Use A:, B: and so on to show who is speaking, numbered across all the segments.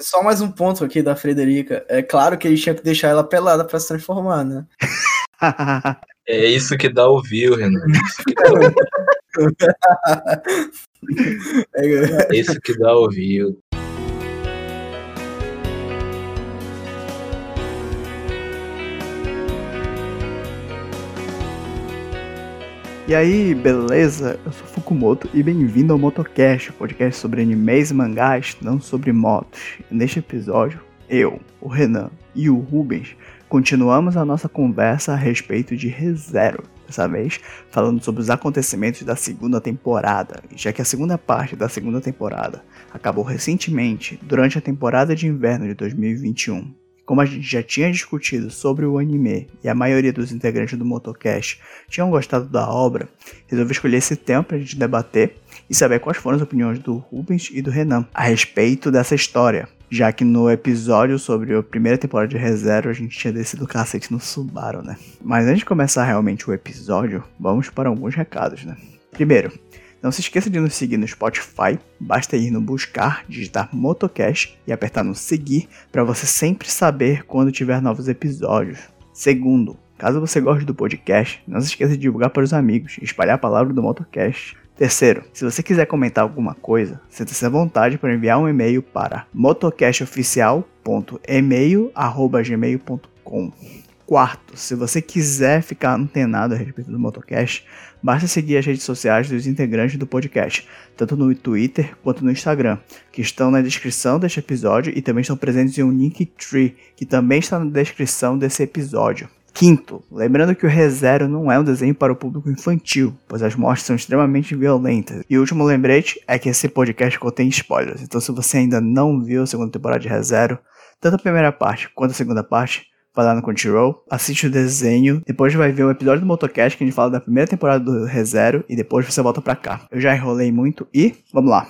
A: Só mais um ponto aqui da Frederica. É claro que ele tinha que deixar ela pelada pra se transformar, né?
B: É isso que dá o view, Renan. É isso que dá o É isso que dá o view.
C: E aí, beleza? Eu sou Fukumoto e bem-vindo ao Motocast, podcast sobre animes e mangás, não sobre motos. Neste episódio, eu, o Renan e o Rubens continuamos a nossa conversa a respeito de ReZero, dessa vez falando sobre os acontecimentos da segunda temporada, já que a segunda parte da segunda temporada acabou recentemente durante a temporada de inverno de 2021. Como a gente já tinha discutido sobre o anime e a maioria dos integrantes do Motocast tinham gostado da obra, resolvi escolher esse tempo para a gente debater e saber quais foram as opiniões do Rubens e do Renan a respeito dessa história, já que no episódio sobre a primeira temporada de ReZero a gente tinha descido o cacete no Subaru, né? Mas antes de começar realmente o episódio, vamos para alguns recados, né? Primeiro, não se esqueça de nos seguir no Spotify, basta ir no buscar, digitar Motocast e apertar no seguir para você sempre saber quando tiver novos episódios. Segundo, caso você goste do podcast, não se esqueça de divulgar para os amigos e espalhar a palavra do Motocast. Terceiro, se você quiser comentar alguma coisa, sinta-se à vontade para enviar um e-mail para motocastoficial.email.gmail.com Quarto, se você quiser ficar antenado a respeito do Motocast, basta seguir as redes sociais dos integrantes do podcast, tanto no Twitter quanto no Instagram, que estão na descrição deste episódio e também estão presentes em um Linktree, que também está na descrição desse episódio. Quinto, lembrando que o ReZero não é um desenho para o público infantil, pois as mortes são extremamente violentas. E o último lembrete é que esse podcast contém spoilers, então se você ainda não viu a segunda temporada de ReZero, tanto a primeira parte quanto a segunda parte, vai lá no Crunchyroll, assiste o desenho, depois vai ver o episódio do Motocast que a gente fala da primeira temporada do ReZero e depois você volta pra cá. Eu já enrolei muito e vamos lá!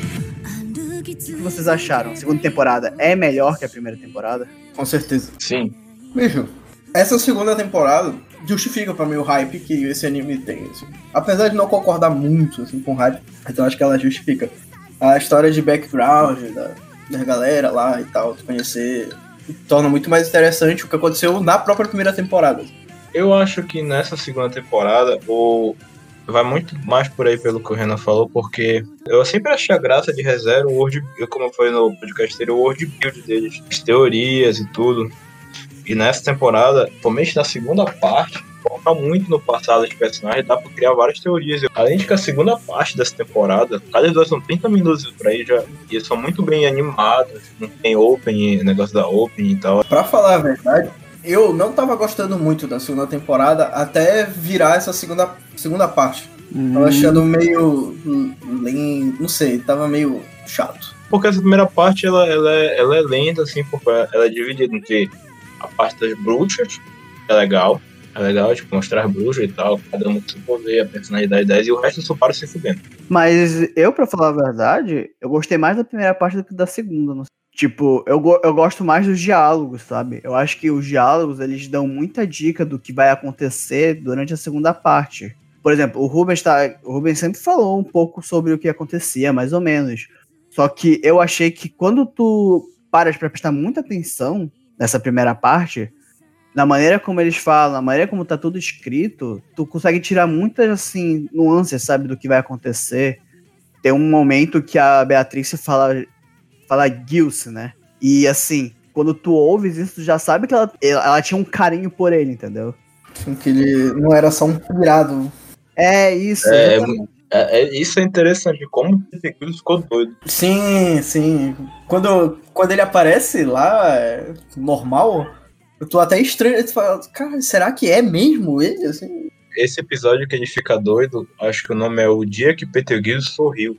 C: O que vocês acharam? A segunda temporada é melhor que a primeira temporada?
A: Com certeza.
B: Sim.
A: Bicho, essa segunda temporada justifica pra mim o hype que esse anime tem. assim. Apesar de não concordar muito assim, com o hype, então acho que ela justifica. A história de background da, da galera lá e tal, tu conhecer, torna muito mais interessante o que aconteceu na própria primeira temporada.
B: Eu acho que nessa segunda temporada, o vai muito mais por aí pelo que o Renan falou, porque eu sempre achei a graça de reserva o world, como foi no podcast anterior, o world build deles, as teorias e tudo. E nessa temporada, principalmente na segunda parte, foca muito no passado dos personagens, dá pra criar várias teorias. Além de que a segunda parte dessa temporada, cada episódio são 30 minutos por aí já, e eles são muito bem animados, não tem open, negócio da open e tal.
A: Pra falar a verdade, eu não tava gostando muito da segunda temporada até virar essa segunda, segunda parte. Tava achando meio. hum, lento, Não sei, tava meio chato.
B: Porque essa primeira parte ela, ela, é, ela é lenta, assim, porque ela é dividida entre a parte das bruxas, que é legal, é legal, tipo, mostrar as bruxas e tal, cada um com seu poder, a personalidade 10, e o resto só para se fudendo.
C: Mas eu, pra falar a verdade, eu gostei mais da primeira parte do que da segunda. não sei. Tipo, eu, go- eu gosto mais dos diálogos, sabe? Eu acho que os diálogos, eles dão muita dica do que vai acontecer durante a segunda parte. Por exemplo, o Rubens, tá, o Rubens sempre falou um pouco sobre o que acontecia, mais ou menos. Só que eu achei que quando tu paras pra prestar muita atenção nessa primeira parte, na maneira como eles falam, na maneira como tá tudo escrito, tu consegue tirar muitas, assim, nuances, sabe, do que vai acontecer. Tem um momento que a Beatriz fala, fala Gilce, né? E, assim, quando tu ouves isso, tu já sabe que ela, ela, ela tinha um carinho por ele, entendeu?
A: Assim, que ele não era só um pirado.
C: É isso.
B: É,
C: exatamente.
B: É, é- isso é interessante, como o Petecudo ficou doido.
A: Sim, sim. Quando, quando ele aparece lá, é, normal, eu tô até estranho. Tu fala, cara, será que é mesmo ele? Assim,
B: Esse episódio que ele fica doido, acho que o nome é O Dia que Peteguido Sorriu.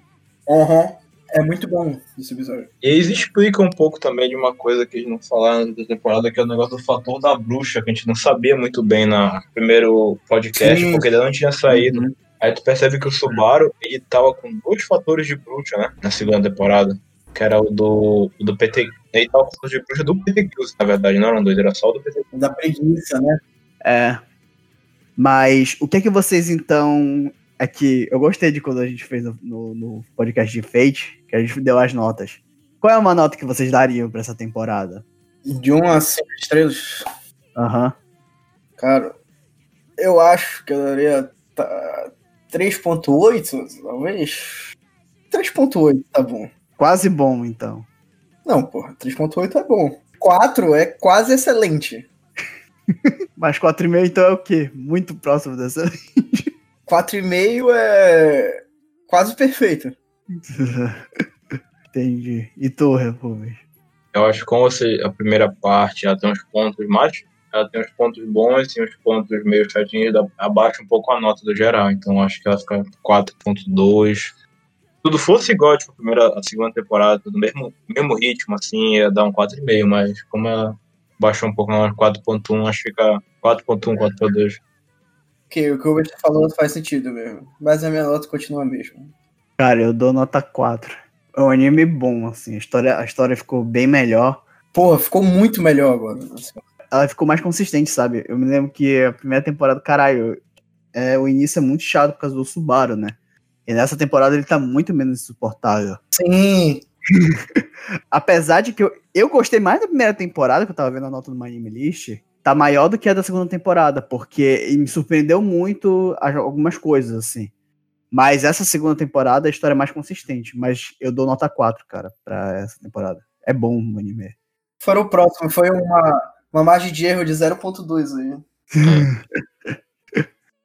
A: Aham. É muito bom esse episódio.
B: E eles explicam um pouco também de uma coisa que eles não falaram da temporada, que é o negócio do fator da bruxa, que a gente não sabia muito bem na primeiro podcast,
A: Sim.
B: porque ainda não tinha saído. Aí tu percebe que o Subaru, ele tava com dois fatores de bruxa, né? Na segunda temporada. que era o do, o do PT. Ele tava falando de bruxa do PT Gills, na verdade, não era um doido, era só o do PT.
A: É Da preguiça, né?
C: É. Mas o que é que vocês então. É que eu gostei de quando a gente fez no, no- no podcast de Fate, que a gente deu as notas. Qual é uma nota que vocês dariam pra essa temporada?
A: De 1 a 5 estrelas.
C: Aham.
A: Cara, eu acho que eu daria tá, 3.8, talvez. 3.8 tá bom.
C: Quase bom, então.
A: Não, porra, 3.8 é bom. 4 é quase excelente.
C: Mas 4,5 então é o quê? Muito próximo dessa.
A: 4,5 é quase perfeito.
C: Entendi. E tu, Rubens?
B: Eu acho que como você, a primeira parte ela tem uns pontos mais. Ela tem uns pontos bons e uns pontos meio chatinhos, dá- abaixa um pouco a nota do geral. Então eu acho que ela fica 4.2. Tudo fosse igual, tipo, a, primeira, a segunda temporada, tudo mesmo, mesmo ritmo, assim, ia dar um 4,5, mas como ela baixou um pouco mais 4.1, acho que fica 4.1, 4.2.
A: Porque o que o Robert falou faz sentido mesmo. Mas a minha nota continua a mesma.
C: Cara, eu dou nota 4. É um anime bom, assim. A história, a história ficou bem melhor.
A: Porra, ficou muito melhor agora. assim.
C: Ela ficou mais consistente, sabe? Eu me lembro que a primeira temporada, caralho, é, o início é muito chato por causa do Subaru, né? E nessa temporada ele tá muito menos insuportável.
A: Sim,
C: Apesar de que eu, eu gostei mais da primeira temporada, que eu tava vendo a nota no Anime List, tá maior do que a da segunda temporada, porque me surpreendeu muito as- algumas coisas, assim. Mas essa segunda temporada a história é mais consistente, mas eu dou nota 4, cara, pra essa temporada. É bom o anime.
A: foram o próximo. Foi uma, uma margem de erro de 0.2 aí.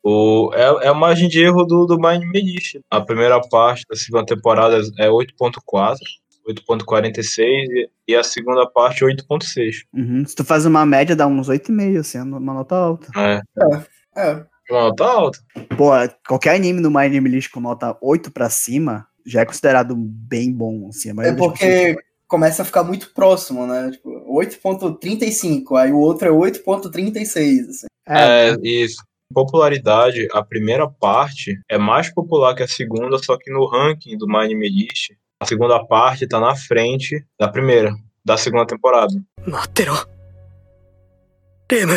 B: O, é, é a margem de erro do, do Mind Medici. A primeira parte da segunda temporada é 8.4, 8.46 e, e a segunda parte 8.6.
C: Uhum. Se tu faz uma média, dá uns 8,5, assim, é uma nota alta.
B: né?
A: É,
B: Uma nota alta.
C: Pô, qualquer anime no My Anime List com nota 8 pra cima já é considerado bem bom, assim. A
A: é
C: maioria das pessoas-
A: porque começa a ficar muito próximo, né? Tipo, 8.35, aí o outro é 8.36. Assim.
C: É,
B: É, isso. Popularidade, a primeira parte é mais popular que a segunda, só que no ranking do Mind Medici, a segunda parte tá na frente da primeira, da segunda temporada.
D: 待ってろレム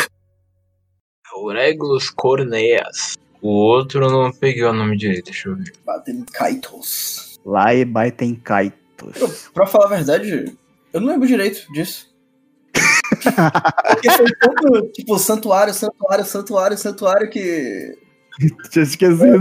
B: O Regulus Corneas. O outro eu não peguei o nome direito, deixa eu ver.
A: Batendo Kaitos.
C: Lá e Baiten Kaitos.
A: Pra falar a verdade, eu não lembro direito disso. Porque foi tanto, tipo, santuário, santuário, santuário, santuário, que.
C: Tinha esquecido.
A: Eu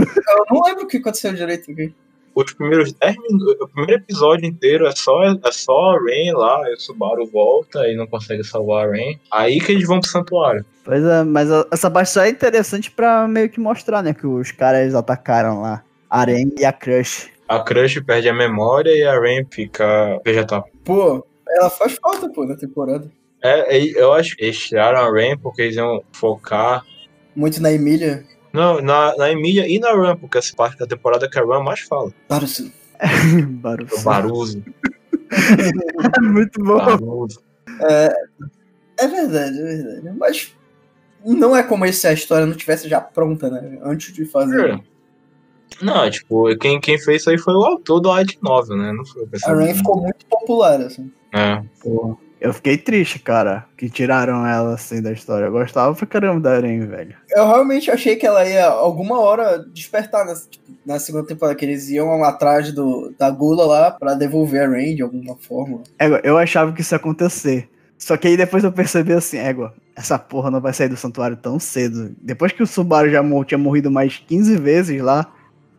A: não lembro o que aconteceu direito aqui.
B: os primeiros 10 minutos, o primeiro episódio inteiro é só, é só a Rain lá, e o Subaru volta e não consegue salvar a Rain. Aí que eles vão pro santuário.
C: Pois é, mas a- essa parte só é interessante pra meio que mostrar, né? Que os caras atacaram lá. A Aren e a Crush.
B: A Crush perde a memória e a Rain fica vegetal.
A: Pô, ela faz falta, pô, na temporada.
B: É, é, eu acho que eles tiraram a Rain porque eles iam focar
A: Muito na Emília.
B: não, na, na Emilia e na Ram, porque essa parte da temporada que a Ram mais fala.
A: Claro, sim.
C: Barulho.
B: O Baruso,
C: Muito bom.
B: Baruso.
A: É verdade, é verdade. Mas não é como se a história não tivesse já pronta, né? Antes de fazer.
B: É. Não, tipo, quem, quem fez isso aí foi o autor do Light Novel, né? Não foi o
A: A
B: pessoal.
A: Rain ficou muito popular, assim.
B: É.
C: Pô, Eu fiquei triste, cara, que tiraram ela assim da história. Eu gostava pra caramba da Aren, velho.
A: Eu realmente achei que ela ia alguma hora despertar na, tipo, na segunda temporada, que eles iam atrás do, da gula lá pra devolver a Rain de alguma forma.
C: Égua, eu achava que isso ia acontecer. Só que aí depois eu percebi assim, égua, essa porra não vai sair do santuário tão cedo. Depois que o Subaru já mor- tinha morrido mais 15 vezes lá,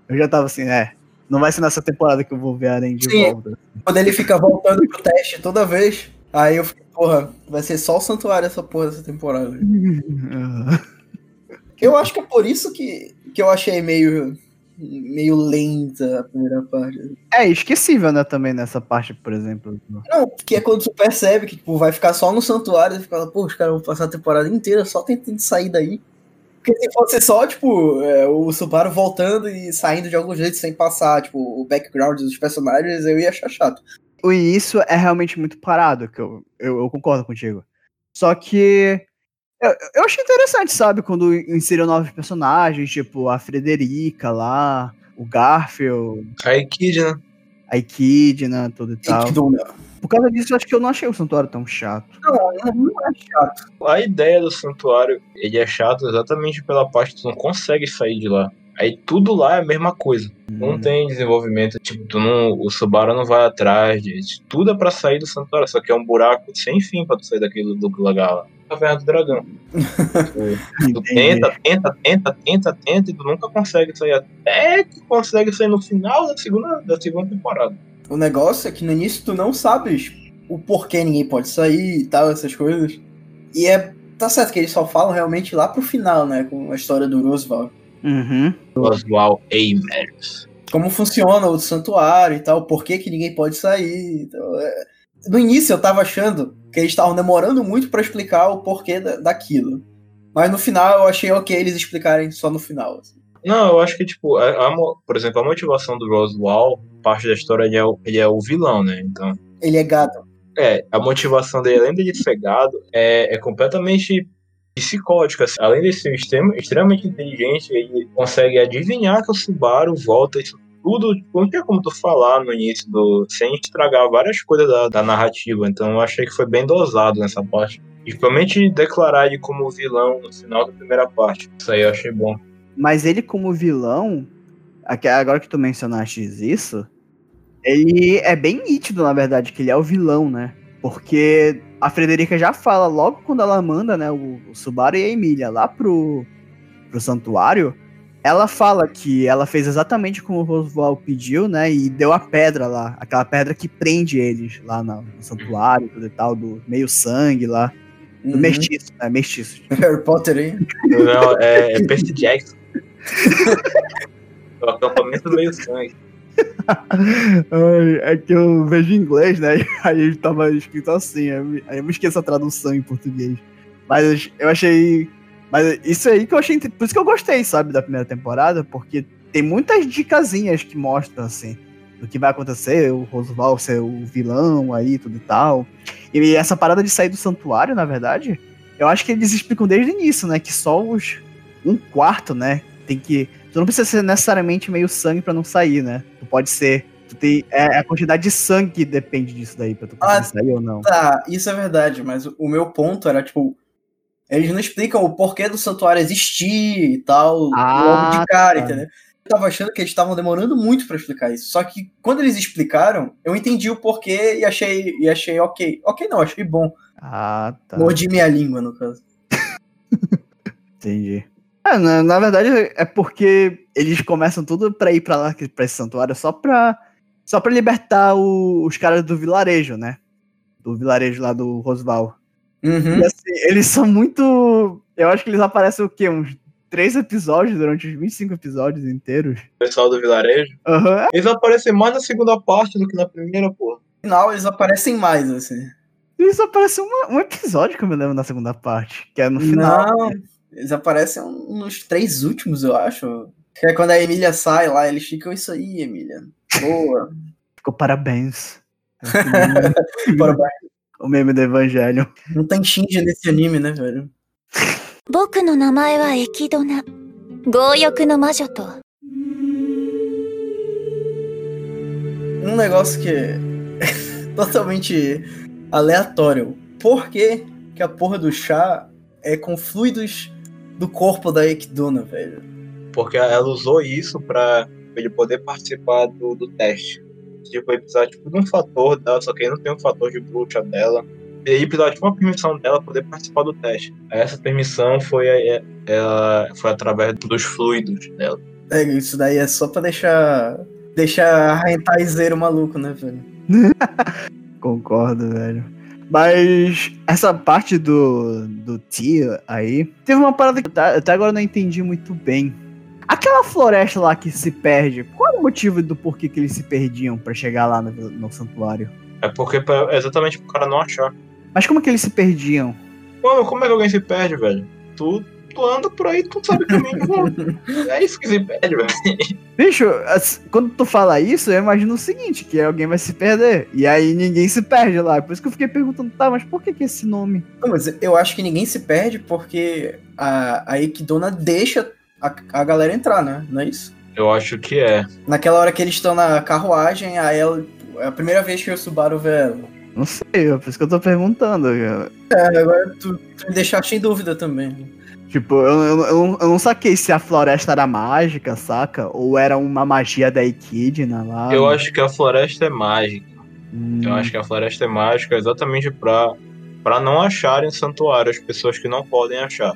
C: eu já tava assim, é, não vai ser nessa temporada que eu vou ver a Aren de
A: Sim.
C: volta.
A: Quando ele fica voltando pro teste toda vez, aí eu fiquei, porra, vai ser só o santuário essa porra dessa temporada. Eu acho que é por isso que, que eu achei meio, meio lenta a primeira parte.
C: É esquecível, né, também nessa parte, por exemplo.
A: Não, que é quando tu percebe que tipo, vai ficar só no santuário e fica, pô, os caras vão passar a temporada inteira só tentando sair daí. Porque se fosse só, tipo, é, o Subaru voltando e saindo de algum jeito sem passar, tipo, o background dos personagens, eu ia achar chato.
C: O início é realmente muito parado, que eu, eu, eu concordo contigo. Só que eu, eu achei interessante, sabe, quando inseriram novos personagens, tipo a Frederica lá, o Garfield,
B: Aí Kid, né?
C: Aikidna, tudo e tal.
A: Tipo,
C: Por causa disso, eu acho que eu não achei o santuário tão chato.
A: Não, não é chato.
B: A ideia do santuário, ele é chato exatamente pela parte que tu não consegue sair de lá. Aí tudo lá é a mesma coisa. Não tem desenvolvimento, tipo, tu não, o Subaru não vai atrás disso. Tudo é pra sair do santuário, só que é um buraco sem fim pra tu sair daquele do lugar lá. Caverna do Dragão. tu, tu
C: Entendi.
B: tenta, tenta, tenta, tenta, tenta e tu nunca consegue sair. Até que consegue sair no final da segunda, da segunda temporada.
A: O negócio é que no início tu não sabes o porquê ninguém pode sair e tal, essas coisas. E é. Tá certo que eles só falam realmente lá pro final, né? Com a história do Roosevelt.
C: Uhum.
B: Oswald Amers.
A: Como funciona o santuário e tal, por que, que ninguém pode sair. Então, é- No início eu tava achando que eles estavam demorando muito pra explicar o porquê da- daquilo. Mas no final eu achei ok eles explicarem só no final. assim.
B: Não, eu acho que, tipo, a, a mo- por exemplo, a motivação do Roswell, parte da história, ele é, o, ele é o vilão, né? Então,
A: Ele é gato.
B: é, a motivação dele, além dele ser gado, é, é completamente psicótica. assim. Além de ser extremo- extremamente inteligente, ele consegue adivinhar que o Subaru volta, isso tudo, tipo, não tinha como tu falar no início, do, sem estragar várias coisas da, da narrativa. Então, eu achei que foi bem dosado nessa parte. E principalmente declarar ele como vilão no final da primeira parte. Isso aí eu achei bom.
C: Mas ele, como vilão, aque- agora que tu mencionaste isso, ele é bem nítido, na verdade, que ele é o vilão, né? Porque a Frederica já fala logo quando ela manda, né, o, o Subaru e a Emília lá pro, pro santuário. Ela fala que ela fez exatamente como o Roswell pediu, né? E deu a pedra lá, aquela pedra que prende eles lá na- no santuário, tudo e tal, do meio sangue lá. Do
A: Uhum.
C: mestiço, né? Mestiço.
A: Harry Potter, hein?
B: Não, é, é Percy Jackson. o acampamento meio sangue.
C: Ai, É que eu vejo em inglês, né? Aí ele tava escrito assim. aí eu me- Aí eu me esqueço a tradução em português. Mas eu achei. Mas isso aí que eu achei. inte- Por isso que eu gostei, sabe, da primeira temporada, porque tem muitas dicasinhas que mostram, assim, do que vai acontecer, o Roosevelt ser o vilão aí, tudo e tal. E essa parada de sair do santuário, na verdade, eu acho que eles explicam desde o início, né? Que só os. Um quarto, né? Tem que. Tu não precisa ser necessariamente meio sangue pra não sair, né? Tu pode ser. Tu tem. É a quantidade de sangue que depende disso daí pra tu conseguir
A: Ah,
C: sair ou não.
A: Tá, isso é verdade, mas o o meu ponto era, tipo, eles não explicam o porquê do santuário existir e tal,
C: Ah,
A: logo de cara,
C: tá.
A: entendeu? Eu tava achando que eles estavam demorando muito pra explicar isso. Só que quando eles explicaram, eu entendi o porquê e achei, e achei ok. Ok não, achei bom.
C: Ah, tá.
A: Mordi minha língua, no caso.
C: Entendi. É, na, na verdade, é porque eles começam tudo pra ir pra lá, que- pra esse santuário, só pra, só pra libertar o- os caras do vilarejo, né? Do vilarejo lá do Rosval.
A: Uhum.
C: E assim, eles são muito. Eu acho que eles aparecem o quê? Uns três episódios durante os 25 episódios inteiros.
B: O pessoal do vilarejo.
C: Aham. é.
B: Eles aparecem mais na segunda parte do que na primeira, pô.
A: No final eles aparecem mais, assim.
C: Eles aparecem uma- um episódio que eu me lembro na segunda parte, que é no final.
A: Não, eles aparecem nos três últimos, eu acho. Que é quando a Emília sai lá, eles ficam isso aí, Emília. Boa.
C: Ficou parabéns. É
A: Bora, bora.
C: o meme do Evangelho.
A: Não tem Shinji nesse anime, né, velho?
E: 僕の名前はエキドナ強欲の魔女と
A: um negócio que é totalmente aleatório. Por que, que a porra do chá é com fluidos do corpo da Ekiduna, velho?
B: Porque ela usou isso pra ele poder participar do, do teste. Tipo, ele precisava tipo, de um fator dela, só que aí não tem um fator de bruxa dela. E aí precisava de uma permissão dela pra poder participar do teste. Aí Essa permissão foi, a- é- ela, foi através dos fluidos dela.
A: É, isso daí é só pra deixar. Deixar a Hentaizeiro maluco, né, velho?
C: Concordo, velho. Mas essa parte do, do tio aí. Teve uma parada que eu ta- até agora eu não entendi muito bem. Aquela floresta lá que se perde, qual era o motivo do porquê que eles se perdiam pra chegar lá no, no santuário?
B: É porque pra, é exatamente pro cara não achar.
C: Mas como que eles se perdiam?
B: Mano, como é que alguém se perde, velho? Tu, tu anda por aí, tu sabe o caminho, mano. É isso que se perde, velho.
C: Bicho, as- quando tu fala isso, eu imagino o seguinte, que alguém vai se perder. E aí ninguém se perde lá. Por isso que eu fiquei perguntando, tá, mas por que, que esse nome?
A: Não, mas eu acho que ninguém se perde porque a, a Ekiduna deixa a, a galera entrar, né? Não é isso?
B: Eu acho que é.
A: Naquela hora que eles estão na carruagem, aí ela. É a primeira vez que o Subaru vê ela.
C: Não sei, é por isso que eu tô perguntando. cara.
A: É, agora tu, tu me deixaste em dúvida também.
C: Tipo, eu, eu, eu não- eu não saquei se a floresta era mágica, saca? Ou era uma magia da Equidna lá.
B: Eu acho que a floresta é mágica.
C: Ah. Hum.
B: Eu acho que a floresta é mágica exatamente pra, pra não acharem santuário, as pessoas que não podem achar.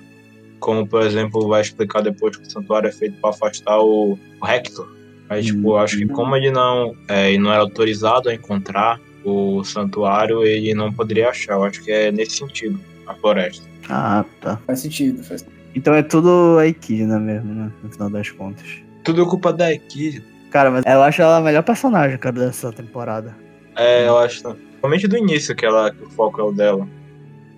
B: Como, por exemplo, vai explicar depois que o santuário é feito pra afastar o, o Hector. Mas, tipo, eu acho que como ele não, é, ele não era autorizado a encontrar o santuário, ele não poderia achar. Eu acho que é nesse sentido, a floresta.
C: Ah, tá.
A: Faz sentido. Faz...
C: Então é tudo a Equidna mesmo, né? No final das contas.
B: Tudo é culpa da Equid.
C: Cara, mas eu acho ela a melhor personagem, cara, dessa temporada.
B: É, eu acho. Principalmente do início que, ela, que o foco é o dela.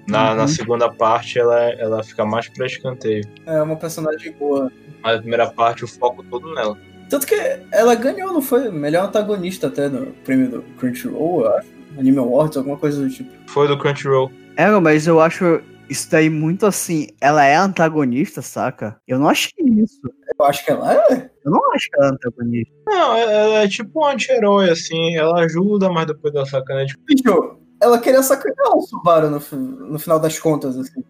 B: Na, na
C: Uhum.
B: segunda parte, ela, ela fica mais pra escanteio.
A: É uma personagem boa.
B: a primeira parte, o foco todo nela.
A: Tanto que ela ganhou, não foi? Melhor antagonista até no prêmio do Crunchyroll, eu acho. Anime Awards, alguma coisa do tipo.
B: Foi do Crunchyroll.
C: É, mas eu acho isso daí muito assim. Ela é antagonista, saca? Eu não achei isso.
A: Eu acho que ela é.
C: Eu não acho que ela é antagonista.
B: Não, é- ela é tipo um anti-herói, assim. Ela ajuda, mas depois né? da sacanagem.
A: Bicho, ela queria sacanear o Subaru no, fi- no final das contas, assim.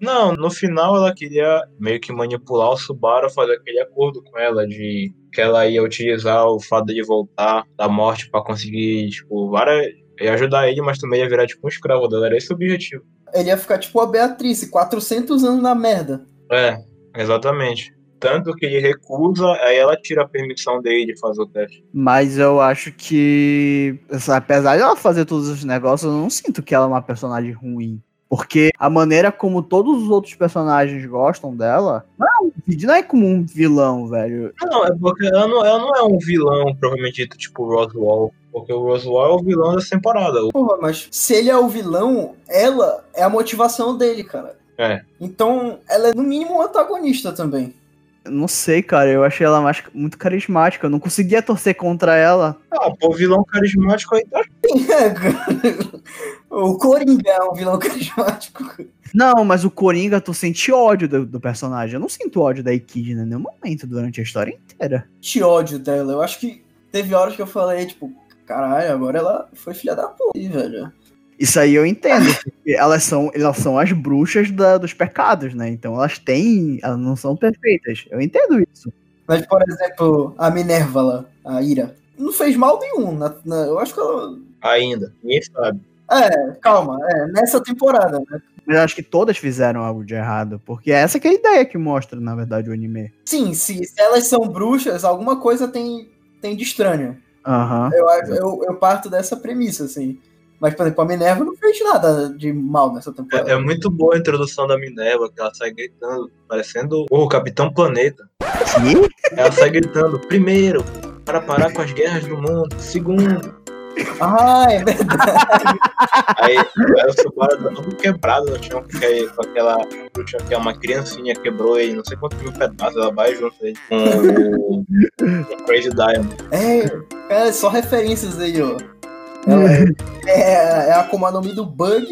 B: Não, no final ela queria meio que manipular o Subaru, fazer aquele acordo com ela de que ela ia utilizar o fato de voltar da morte pra conseguir, tipo, várias. ia ajudar ele, mas também ia virar tipo um escravo dela. Era esse o objetivo.
A: Ele ia ficar tipo a Beatriz, 400 anos na merda.
B: É, exatamente. Tanto que ele recusa, aí ela tira a permissão dele de fazer o teste.
C: Mas eu acho que. assim, Apesar de ela fazer todos os negócios, eu não sinto que ela é uma personagem ruim. Porque a maneira como todos os outros personagens gostam dela. Não, não é como um vilão, velho.
B: Não, é porque ela não, ela não é um vilão, provavelmente dito, tipo o Roswell. Porque o Roswell é o vilão dessa temporada.
A: Porra, mas se ele é o vilão, ela é a motivação dele, cara.
B: É.
A: Então, ela é no mínimo um antagonista também.
C: Eu não sei, cara. Eu achei ela mais- muito carismática. Eu não conseguia torcer contra ela.
B: Ah, pô, vilão carismático aí tá.
A: É, cara. o Coringa é um vilão carismático.
C: Não, mas o Coringa, tu sente ódio do, do personagem. Eu não sinto ódio da Equidna em nenhum momento durante a história inteira.
A: Te ódio dela. Eu acho que teve horas que eu falei, tipo, caralho, agora ela foi filha da porra, hein, velho.
C: Isso aí eu entendo, porque elas são, elas são as bruxas da- dos pecados, né? Então elas têm. Elas não são perfeitas. Eu entendo isso.
A: Mas, por exemplo, a Minerva lá, a Ira, não fez mal nenhum. na- na- eu acho que ela.
B: Ainda, ninguém sabe.
A: Calma, é, nessa temporada, né?
C: Mas eu acho que todas fizeram algo de errado. Porque essa que é a ideia que mostra, na verdade, o anime.
A: Sim, se, se elas são bruxas, alguma coisa tem, tem de estranho.
C: Aham.
A: Eu, acho- eu, eu parto dessa premissa, assim. Mas, por exemplo, a Minerva não fez nada de mal nessa temporada.
B: É, é muito boa a introdução da Minerva, que ela sai gritando, parecendo o Capitão Planeta.
C: Sim?
B: Ela sai gritando, primeiro, para parar com as guerras do mundo. Segundo.
A: Ah, é verdade.
B: Aí, aí o Subaru tá todo quebrado no chão, porque aí, com aquela bruxa que é uma criancinha quebrou ele, não sei quantos mil pedaços, ela vai junto aí com o, com o Crazy Diamond.
A: É, cara, só referências aí, ó. Ela é, é, é a Akuma no Mi do Bug.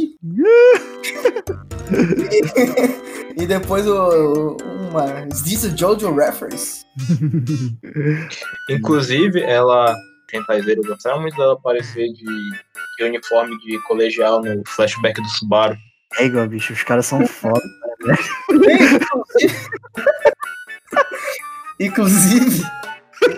A: e, e depois o, o- uma. Is this a Jojo reference?
B: Inclusive, ela. Quem faz ele gostava muito dela aparecer de, de uniforme de colegial no flashback do Subaru.
C: É igual, bicho. Os caras são foda.
A: Inclusive,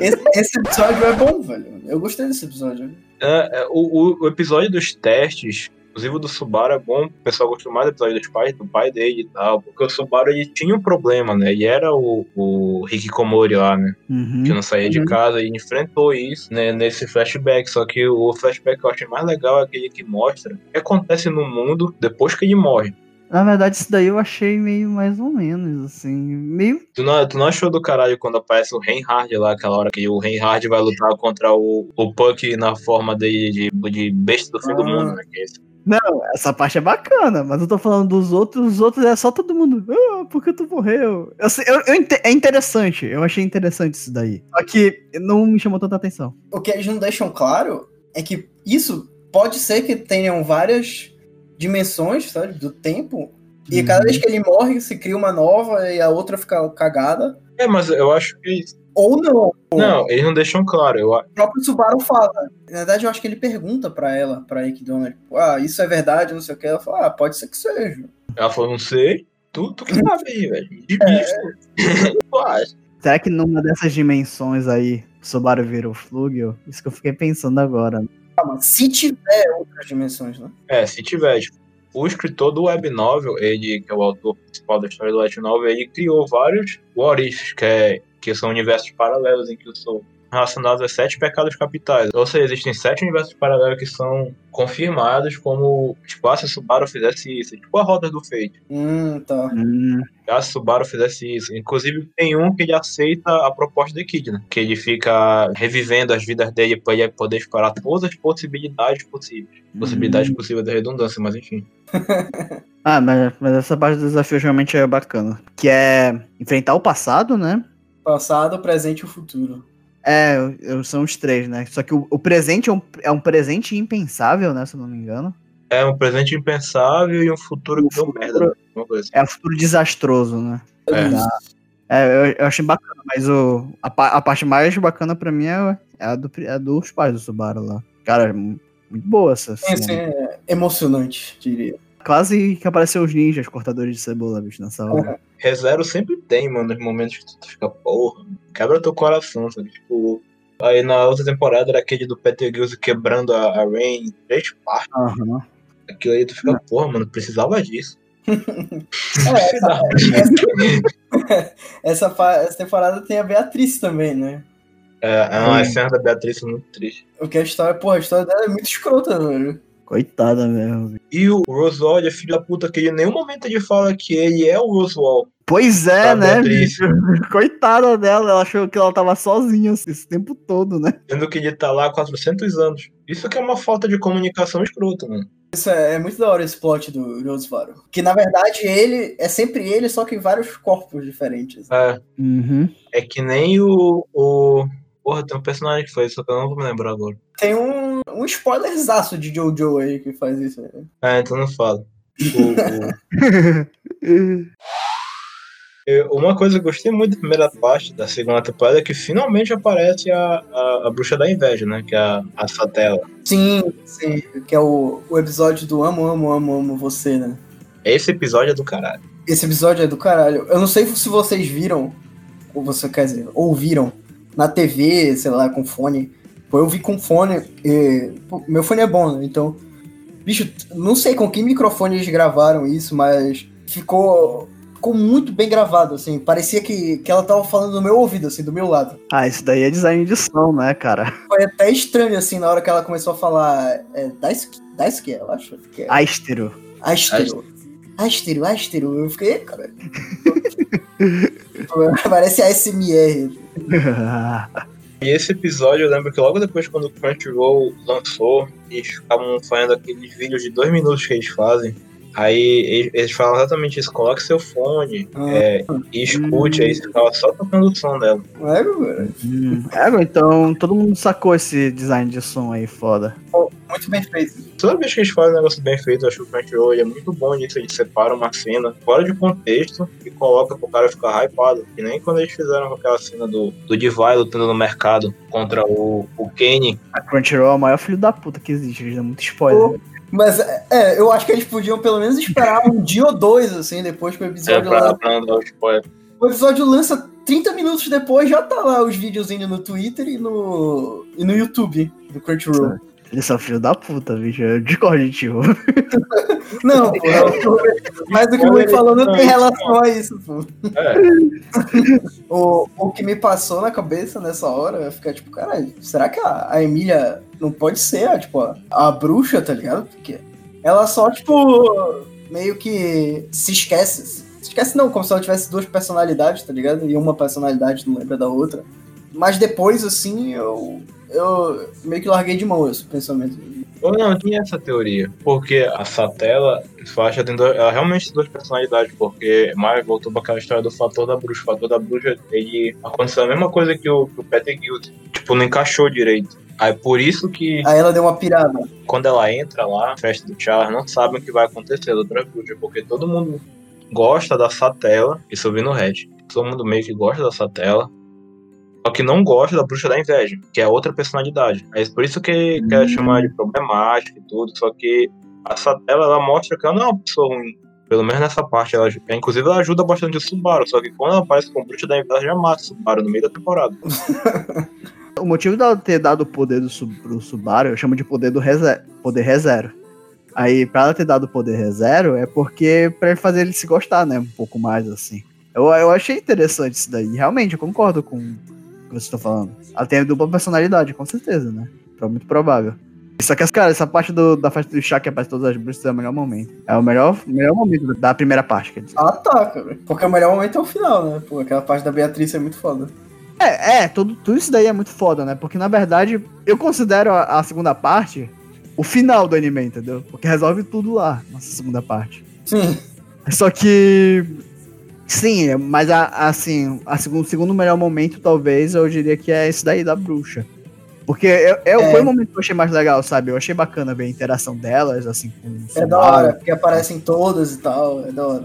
A: esse, esse episódio é bom, velho. Eu gostei desse episódio.
B: É, é, o, o- o episódio dos testes, inclusive o do Subaru, é bom. O pessoal gostou mais do episódio dos pais, do pai dele e tal. Porque o Subaru ele tinha um problema, né? E era o, o Hikikomori lá, né?
C: Uhum.
B: que não saía de
A: Uhum.
B: casa e enfrentou isso né, nesse flashback. Só que o flashback que eu achei mais legal é aquele que mostra o que acontece no mundo depois que ele morre.
C: Na verdade, isso daí eu achei meio mais ou menos, assim. Meio
B: Tu não, tu não achou do caralho quando aparece o Reinhard lá, aquela hora que o Reinhard vai lutar contra o, o Puck na forma de, de, de besta do fim do
A: Ah.
B: mundo, né? Que é esse.
C: Não, essa parte é bacana, mas eu tô falando dos outros, os outros é só todo mundo. Ah, porque tu morreu? Eu sei- eu- eu inte- é interessante, eu achei interessante isso daí. Só que não me chamou tanta atenção.
A: o que eles não deixam claro é que isso pode ser que tenham várias dimensões, sabe, do tempo, E cada vez que ele morre, se cria uma nova e a outra fica cagada.
B: É, mas eu acho que.
A: Ou não.
B: Não, eles não deixam claro. Eu, a-
A: O próprio Subaru fala. Na verdade, eu acho que ele pergunta pra ela, pra Ike Dona, tipo, ah, isso é verdade, não sei o que. Ela fala, ah, pode ser que seja.
B: ela falou, não sei. Tu, tu que sabe aí, velho. De
A: É.
B: bicho. Tu acha?
C: Uhum. Será que numa dessas dimensões aí, o Subaru virou Flugel? Isso que eu fiquei pensando agora.
A: Ah, mas se tiver outras dimensões, né?
B: É, se tiver, tipo, o escritor do web novel, ele, que é o autor principal da história do web novel, ele criou vários what ifs, que, é, que são universos paralelos em que eu sou relacionados a sete pecados capitais. Ou seja, existem sete universos paralelos que são confirmados como, tipo, ah, se Subaru fizesse isso, tipo a roda do feito.
A: Hum, tá.
C: Hum,
B: a Subaru fizesse isso. Inclusive, tem um que ele aceita a proposta da Kidna, que ele fica revivendo as vidas dele para ele poder explorar todas as possibilidades possíveis. Possibilidades possíveis da redundância, mas enfim.
C: hum. Ah, mas, mas essa parte do desafio realmente é bacana. Que é enfrentar o passado, né?
A: Passado, presente e o futuro.
C: É, eu- são os três, né? Só que o, o presente é um, é um presente impensável, né? Se eu não me engano.
B: É um presente impensável e um futuro que deu merda. né? Uma coisa.
C: É o futuro desastroso, né?
B: É.
C: É, eu, eu achei bacana, mas o, a, pa- a parte mais bacana pra mim é, é a, do, pri- a dos pais do Subaru lá. Cara, é mu- muito boa essa
A: Sim,
C: cena.
A: sim, é emocionante, diria.
C: Quase que apareceu os ninjas cortadores de cebola, bicho, nessa
A: É.
C: hora.
B: assim. ReZero sempre tem, mano, os momentos que tu fica, porra, quebra teu coração, sabe? Tipo, aí na outra temporada era aquele do Peter Gills quebrando a, a Rain em três partes.
C: Aham.
B: Aquilo aí tu fica, porra, mano, precisava disso.
A: É, essa,
B: Precisava.
A: essa, fa- essa temporada tem a Beatriz também, né?
B: É, a cena da Beatriz é muito triste.
A: O que a história, porra, a história dela é muito escrota, né? velho.
C: Coitada mesmo. bicho.
B: E o Roswald é filho da puta, que ele em nenhum momento ele fala que ele é o Roswald.
C: Pois é,
B: Tá
C: né,
B: bom,
C: bicho? Coitada dela, ela achou que ela tava sozinha assim, esse tempo todo, né?
B: Sendo que ele tá lá há 400 anos. Isso que é uma falta de comunicação escrota, mano.
A: Isso é, é muito da hora esse plot do Rosvaro. Que na verdade ele é sempre ele, só que em vários corpos diferentes.
B: É,
C: Uhum.
B: é que nem o, o... Porra, tem um personagem que faz isso, que eu não vou me lembrar agora.
A: Tem um, um spoilerzaço de Jojo aí que faz isso. Né?
B: É, então não falo. O- o- eu- uma coisa que eu gostei muito da primeira parte da segunda temporada é que finalmente aparece a, a, a bruxa da inveja, né? Que é a, a Satela.
A: Sim, sim. Que é o, o episódio do Amo, Amo, Amo, Amo Você, né?
B: Esse episódio é do caralho.
A: Esse episódio é do caralho. Eu não sei se vocês viram, ou você quer dizer, ouviram na TV, sei lá, com fone. Pô, eu vi com fone. e- pô, meu fone é bom, né? Então. Bicho, não sei com que microfone eles gravaram isso, mas ficou. Ficou muito bem gravado, assim. Parecia que, que ela tava falando do meu ouvido, assim, do meu lado.
C: Ah, isso daí é design de som, né, cara?
A: Foi até estranho, assim, na hora que ela começou a falar. É, Daisuke, Daisuke, eu acho que
C: Ah,
A: é.
C: Aistero.
A: Astero. Astero, Astero. Eu fiquei, cara. Parece ASMR.
C: Hum.
B: E esse episódio, eu lembro que logo depois, quando o Crunchyroll lançou, eles ficavam fazendo aqueles vídeos de dois minutos que eles fazem. Aí eles- eles falam exatamente isso: coloque seu fone
A: Ah.
B: é, e escute. Aí você ficava só tocando o som dela.
A: Não é, cara?
C: é, bom, então todo mundo sacou esse design de som aí, foda.
A: Muito bem feito.
B: Toda vez que eles fazem um negócio bem feito, eu acho que o Crunchyroll ele é muito bom nisso. Eles separam uma cena fora de contexto e coloca pro cara ficar hypado. E nem quando eles fizeram aquela cena do, do Divine lutando no mercado contra o, o Kenny.
C: A Crunchyroll é o maior filho da puta que existe, eles dão muito spoiler.
A: Mas, é, eu acho que eles podiam pelo menos esperar um dia ou dois, assim, depois que o
B: É,
A: episódio
B: pra,
A: lá.
B: pra não dar o spoiler.
A: O episódio lança 30 minutos depois, já tá lá os videozinhos no Twitter e no, e no YouTube do Crunchyroll.
C: Eles são filho da puta, bicho. Eu discordo de ti, ô.
A: Não, pô. é eu- Mas o que o Rui falou não tem relação a isso, pô.
B: É.
A: O, o que me passou na cabeça nessa hora é ficar tipo, caralho, será que a, a Emília não pode ser, a, tipo, a, a bruxa, tá ligado? Porque ela só, tipo, meio que se esquece. Se esquece não, como se ela tivesse duas personalidades, tá ligado? E uma personalidade não lembra da outra. Mas depois, assim, eu, eu meio que larguei de mão esse pensamento.
B: Ou não, tinha essa teoria. Porque a Satela, Sasha tem dois, ela realmente tem duas personalidades, porque mais voltou pra aquela história do fator da bruxa. O fator da bruxa, ele aconteceu a mesma coisa que o, que o Peter Guild. Tipo, não encaixou direito. Aí por isso que
A: Aí ela deu uma pirada.
B: quando ela entra lá, na festa do Charles, não sabem o que vai acontecer da outra bruxa, porque todo mundo gosta da Satela e subir no Red. Todo mundo meio que gosta da Satela. Só que não gosta da Bruxa da Inveja, que é outra personalidade. É por isso que quer chamar de problemática e tudo. Só que a Satela, ela mostra que ela não é uma pessoa ruim. Pelo menos nessa parte, ela, aj- inclusive ela ajuda bastante o Subaru. Só que quando ela aparece com o Bruxa da Inveja, ela já mata o Subaru no meio da temporada.
C: O motivo dela ter dado o poder do Su- pro Subaru, eu chamo de poder do reserva, poder reserva. Aí, pra ela ter dado o poder reserva, é porque pra ele fazer ele se gostar, né? Um pouco mais, assim. Eu, eu achei interessante isso daí. Realmente, eu concordo com o que vocês estão falando. Ela tem dupla personalidade, com certeza, né? Pro- Muito provável. Só que, cara, essa parte do- da festa do chá que aparece todas as bruxas é o melhor momento. É o melhor, melhor momento da primeira parte, quer dizer.
A: Ah, tá, cara. Porque o melhor momento é o final, né? Pô, aquela parte da Beatriz é muito foda.
C: É, é, tudo, tudo isso daí é muito foda, né? Porque na verdade, eu considero a, a segunda parte o final do anime, entendeu? Porque resolve tudo lá, nossa segunda parte.
A: Sim.
C: Só que. Sim, é, mas a- assim, a segun- o segundo melhor momento, talvez, eu diria que é esse daí da bruxa. Porque eu, eu-
A: É.
C: foi o momento que eu achei mais legal, sabe? Eu achei bacana ver a interação delas, assim, com o
A: É da
C: Subaru.
A: hora, porque aparecem todas e tal. É da hora.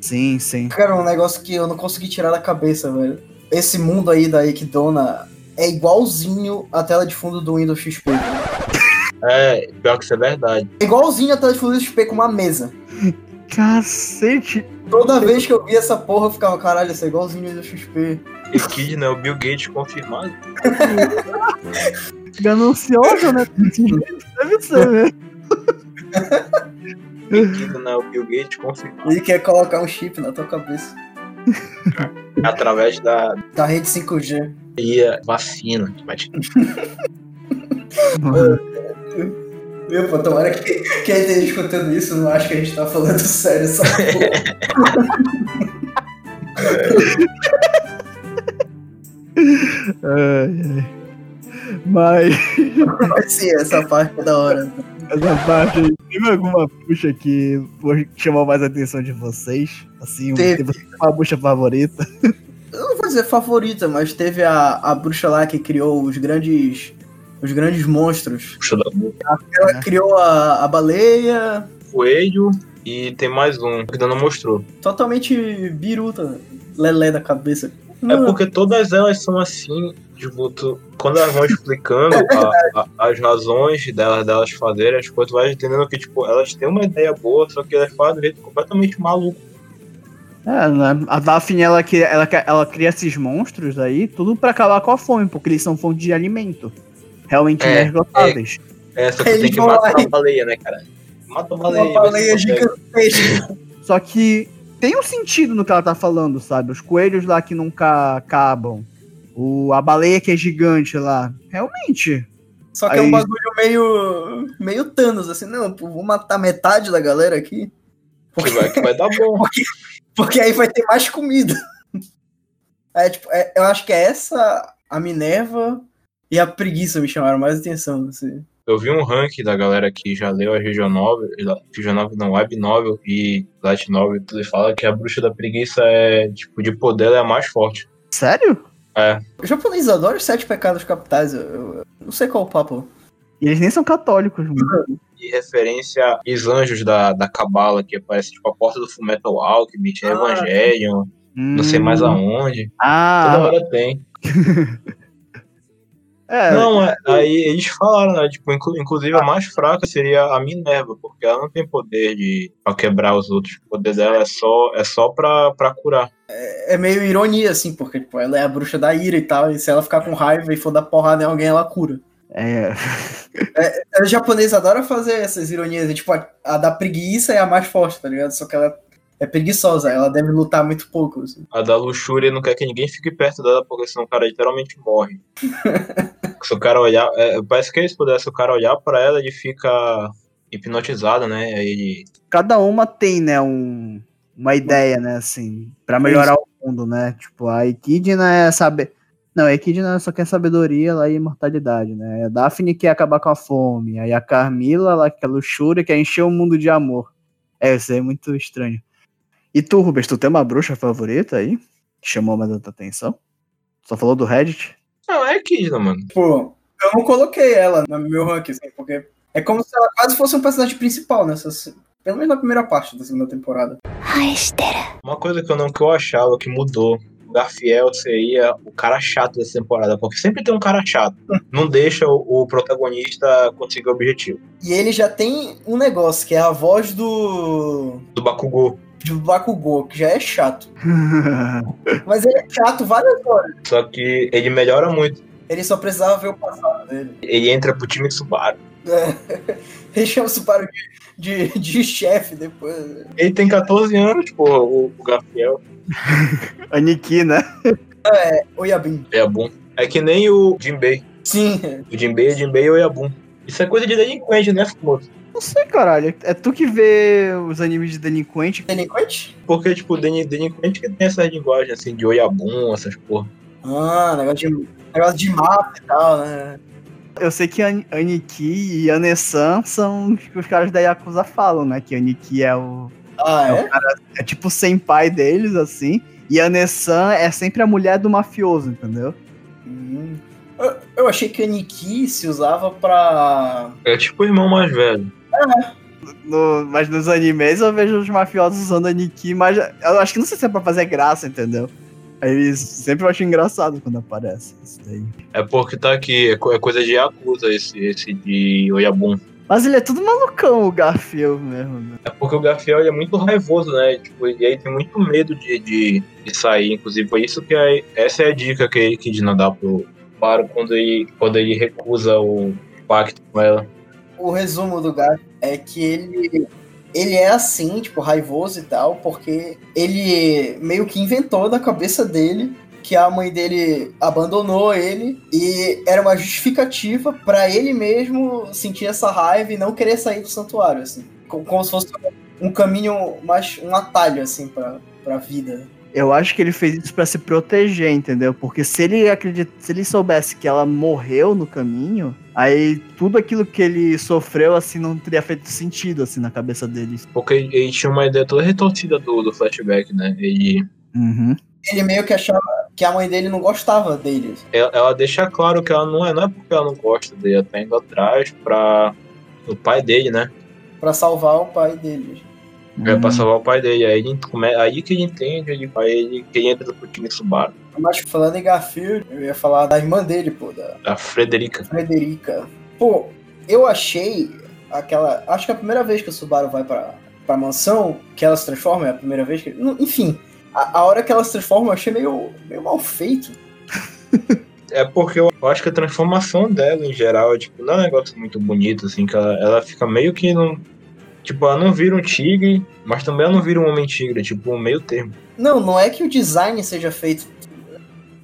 C: Sim, sim.
A: Cara, um negócio que eu não consegui tirar da cabeça, velho. Esse mundo aí da Equidona é igualzinho a tela de fundo do Windows XP. É
B: É, pior que isso é verdade.
A: igualzinho a tela de fundo do XP com uma mesa.
C: Cacete!
A: Toda vez que eu vi essa porra, eu ficava, caralho, isso é igualzinho ao Windows XP.
B: E Kid, né? O Bill Gates confirmado.
C: Ganancioso, né? Deve ser, né?
B: Kid, né? O Bill Gates confirmado.
A: Ele quer colocar um chip na tua cabeça.
B: Através da
A: Da rede 5G.
B: teoria vacina. que vai te-
A: Meu, pô, tomara que quem esteja escutando isso não acha que a gente tá falando sério essa porra.
C: Ai, ai. Mas
A: Mas sim, essa parte é da hora.
C: essa parte aí, teve alguma bucha que chamou mais a atenção de vocês? Assim, um-
A: Teve.
C: teve uma bucha favorita?
A: eu não vou dizer favorita, mas teve a, a bruxa lá que criou os grandes. Os grandes monstros.
B: Puxa da boca.
A: Ela
C: É.
A: criou a, a baleia
B: Coelho e tem mais um que ainda não mostrou.
A: totalmente biruta, lelé da cabeça.
B: É
A: Não,
B: porque todas elas são assim, tipo, tu- quando elas vão explicando a- a- as razões delas, delas fazerem as coisas, tu vai entendendo que, tipo, elas têm uma ideia boa, só que elas fazem de um jeito completamente maluco.
C: É, né? A Daphne, ela, cria- ela, ca- ela cria esses monstros aí, tudo pra acabar com a fome, porque eles são fonte de alimento. Realmente
B: É,
C: inesgotáveis.
B: É, só que tu
A: Eles
B: tem que
A: vão lá
B: matar
A: e-
B: a baleia, né, cara? Mata a baleia.
A: Hum, uma
B: vai
A: baleia
B: se fuder.
A: gigantesca.
B: é.
C: Só que tem um sentido no que ela tá falando, sabe? Os coelhos lá que nunca acabam. O, a baleia que é gigante lá. Realmente.
A: Só que é um
C: Aí-
A: bagulho meio. meio Thanos, assim, não, pô, vou matar metade da galera aqui.
B: Que vai, que vai dar bom.
A: Porque aí vai ter mais comida. É, tipo, é- eu acho que é essa, a Minerva e a preguiça me chamaram mais atenção. Assim.
B: Eu vi um ranking da galera que já leu a Region Novel, la- Region Novel não, Web Novel e Light Novel, tudo e fala que a Bruxa da Preguiça é, tipo, de poder ela é a mais forte.
C: Sério?
A: O japonês adora os sete pecados capitais. Eu, eu- eu não sei qual o papo.
C: E eles nem são católicos, mano.
B: E referência aos anjos da, da Cabala, que aparece, tipo, a porta do Fullmetal Alchemist,
A: Ah.
B: Evangelion, não sei mais
C: Hum.
B: aonde. Toda
C: Ah,
B: hora tem.
C: é.
B: Não, é- aí eles falaram, né, tipo, inclu- inclusive a mais fraca seria a Minerva, porque ela não tem poder de pra quebrar os outros. O poder dela é só, é só pra, pra curar.
A: É meio ironia, assim, porque tipo, ela é a bruxa da ira e tal, e se ela ficar com raiva e for dar porrada em alguém, ela cura.
C: É.
A: O japonês adora fazer essas ironias, e, tipo, a, a da preguiça é a mais forte, tá ligado? Só que ela é preguiçosa, ela deve lutar muito pouco. assim.
B: A da luxúria não quer que ninguém fique perto dela, porque senão o cara literalmente morre. se o cara olhar. é, parece que é isso, pudesse o cara olhar pra ela, ele fica hipnotizado, né? Aí ele-
C: Cada uma tem, né, um, uma ideia, né, assim, pra melhorar o mundo, né? Tipo, a Equidna é saber. Não, a Equidna só quer sabedoria lá e imortalidade, né? A Daphne quer acabar com a fome. Aí a Carmila, lá que é luxúria, quer encher o mundo de amor. É, isso aí é muito estranho. E tu, Rubens, tu tem uma bruxa favorita aí? Que chamou mais a tua atenção? Só falou do Reddit?
B: Não, é Kidna, mano.
A: Tipo, eu não coloquei ela no meu ranking, assim, porque é como se ela quase fosse um personagem principal nessa. se- Pelo menos na primeira parte da segunda temporada.
E: 愛してる。
B: Uma coisa que eu não que eu achava que mudou. O Garfiel seria o cara chato dessa temporada, porque sempre tem um cara chato. Não deixa o, o protagonista conseguir o objetivo.
A: E ele já tem um negócio, que é a voz do.
B: Do Bakugou.
A: de Bakugou, que já é chato. Mas ele é chato várias horas.
B: Só que ele melhora muito.
A: Ele só precisava ver o passado dele.
B: Ele entra pro time de Subaru.
A: Ele chama o Subaru de, de, de chefe depois.
B: Ele tem 14 anos, porra, o, o Garfiel.
C: Aniki, né?
A: O Yabin.
B: Yabum. É que nem o Jinbei.
A: Sim,
B: O Jinbei, o Jinbei e o Yabum. Isso é coisa de delinquente, né, Fumoto?
C: Não sei, caralho. É tu que vê os animes de delinquente.
A: delinquente?
B: Porque, tipo, delin- delinquente que tem essas linguagens, assim, de Oyabum, essas porra.
A: Ah, negócio de, negócio de mapa e tal, né?
C: Eu sei que An- Aniki e Anesan são os que os caras da Yakuza falam, né? Que Aniki é o.
A: Ah, é?
C: É tipo o senpai deles, assim. E Anesan é sempre a mulher do mafioso, entendeu?
A: Hum. Eu, eu achei que Aniki se usava pra.
B: É tipo o irmão mais velho.
C: No- mas nos animes eu vejo os mafiosos usando Aniki, mas eu acho que não sei se é pra fazer graça, entendeu? Aí eles- sempre eu acho engraçado quando aparece isso daí.
B: É porque tá aqui, é, co- é coisa de Yakuza esse, esse de Oyabum.
C: Mas ele é tudo malucão, o Garfield mesmo, né?
B: É porque o Garfiel ele é muito raivoso, né? Tipo, e aí tem muito medo de, de, de sair. Inclusive, foi isso que a, essa é a dica que ele quis dá pro Paro quando ele, quando ele recusa o pacto com ela.
A: O resumo do gato é que ele. Ele é assim, tipo, raivoso e tal, porque ele meio que inventou da cabeça dele que a mãe dele abandonou ele e era uma justificativa pra ele mesmo sentir essa raiva e não querer sair do santuário, assim. Co- Como se fosse um caminho mais. um atalho, assim, pra, pra vida.
C: Eu acho que ele fez isso pra se proteger, entendeu? Porque se ele acredita, se ele soubesse que ela morreu no caminho, aí tudo aquilo que ele sofreu assim não teria feito sentido assim na cabeça dele.
B: Porque ele, ele tinha uma ideia toda retorcida do, do flashback, né? Ele
C: Uhum.
A: Ele meio que achava que a mãe dele não gostava dele.
B: ela, ela deixa claro que ela não é, não é porque ela não gosta dele, ela tá indo atrás pra o pai dele, né?
A: Pra salvar o pai dele.
B: É
C: Uhum.
B: pra salvar o pai dele. Aí, ele come- aí que ele entende, ele, aí ele, que ele entra pro time Subaru,
A: Mas falando em Garfield, eu ia falar da irmã dele, pô, da,
B: a Frederica.
A: Frederica. Pô, eu achei aquela. Acho que é a primeira vez que o Subaru vai pra, pra mansão, que ela se transforma, é a primeira vez que. nu- Enfim, a, a hora que ela se transforma eu achei meio, meio mal feito.
B: É porque eu eu acho que a transformação dela, em geral, é, tipo, não é um negócio muito bonito, assim, que ela, ela fica meio que não. Tipo, ela não vira um tigre, mas também ela não vira um homem tigre, é tipo, um meio termo.
A: Não, não é que o design seja feito.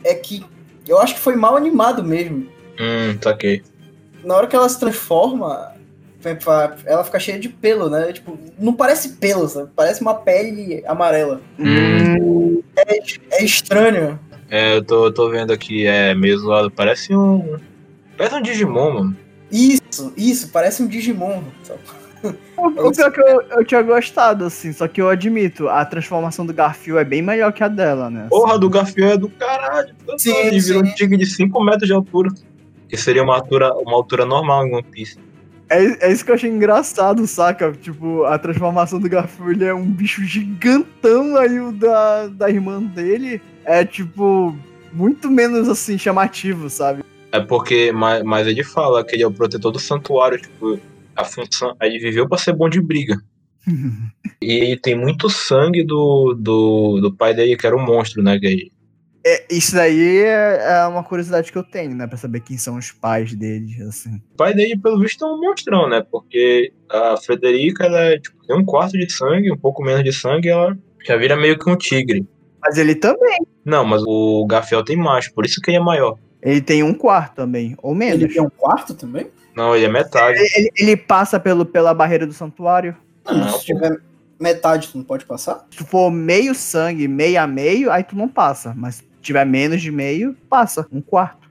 A: É que eu acho que foi mal animado mesmo.
B: Hum, saquei.
A: Na hora que ela se transforma, vai pra- ela fica cheia de pelo, né? Tipo, não parece pelo, sabe? Parece uma pele amarela.
C: Hum,
A: É estranho.
B: É, eu tô, eu tô vendo aqui, é meio zoado, parece um. Parece um Digimon, mano.
A: Assim. Isso, isso, parece um Digimon. sabe?
C: o o pior é que eu, eu tinha gostado, assim, só que eu admito, a transformação do Garfield é bem melhor que a dela, né?
B: Porra, do Garfield é do caralho.
A: Sim,
B: ele virou
A: sim.
B: um tigre de 5 metros de altura. Que seria uma altura, uma altura normal em One Piece.
C: É, é isso que eu achei engraçado, saca? Tipo, a transformação do Garfield é um bicho gigantão, aí o da, da irmã dele é, tipo, muito menos, assim, chamativo, sabe?
B: É porque, mas, mas ele fala que ele é o protetor do santuário, tipo, a função. Ele viveu pra ser bom de briga. E ele tem muito sangue do, do, do pai dele, que era um monstro, né? Que ele-
C: É, isso daí é, é uma curiosidade que eu tenho, né? Pra saber quem são os pais deles, assim.
B: o pai dele, pelo visto, é um monstrão, né? Porque a Frederica, ela é, tipo, tem um quarto de sangue, um pouco menos de sangue, e ela já vira meio que um tigre.
C: Mas ele também.
B: Não, mas o Garfield tem mais, por isso que ele é maior.
C: Ele tem um quarto também, ou menos.
A: Ele
C: Ele,
A: tem um quarto também?
B: Não, ele é metade.
C: ele passa pelo, pela barreira do santuário.
A: Não, mas
B: Ah,
A: se tiver metade, tu não pode passar?
C: Se tu for meio sangue, meio a meio, aí tu não passa. Mas se tiver menos de meio, passa, um quarto.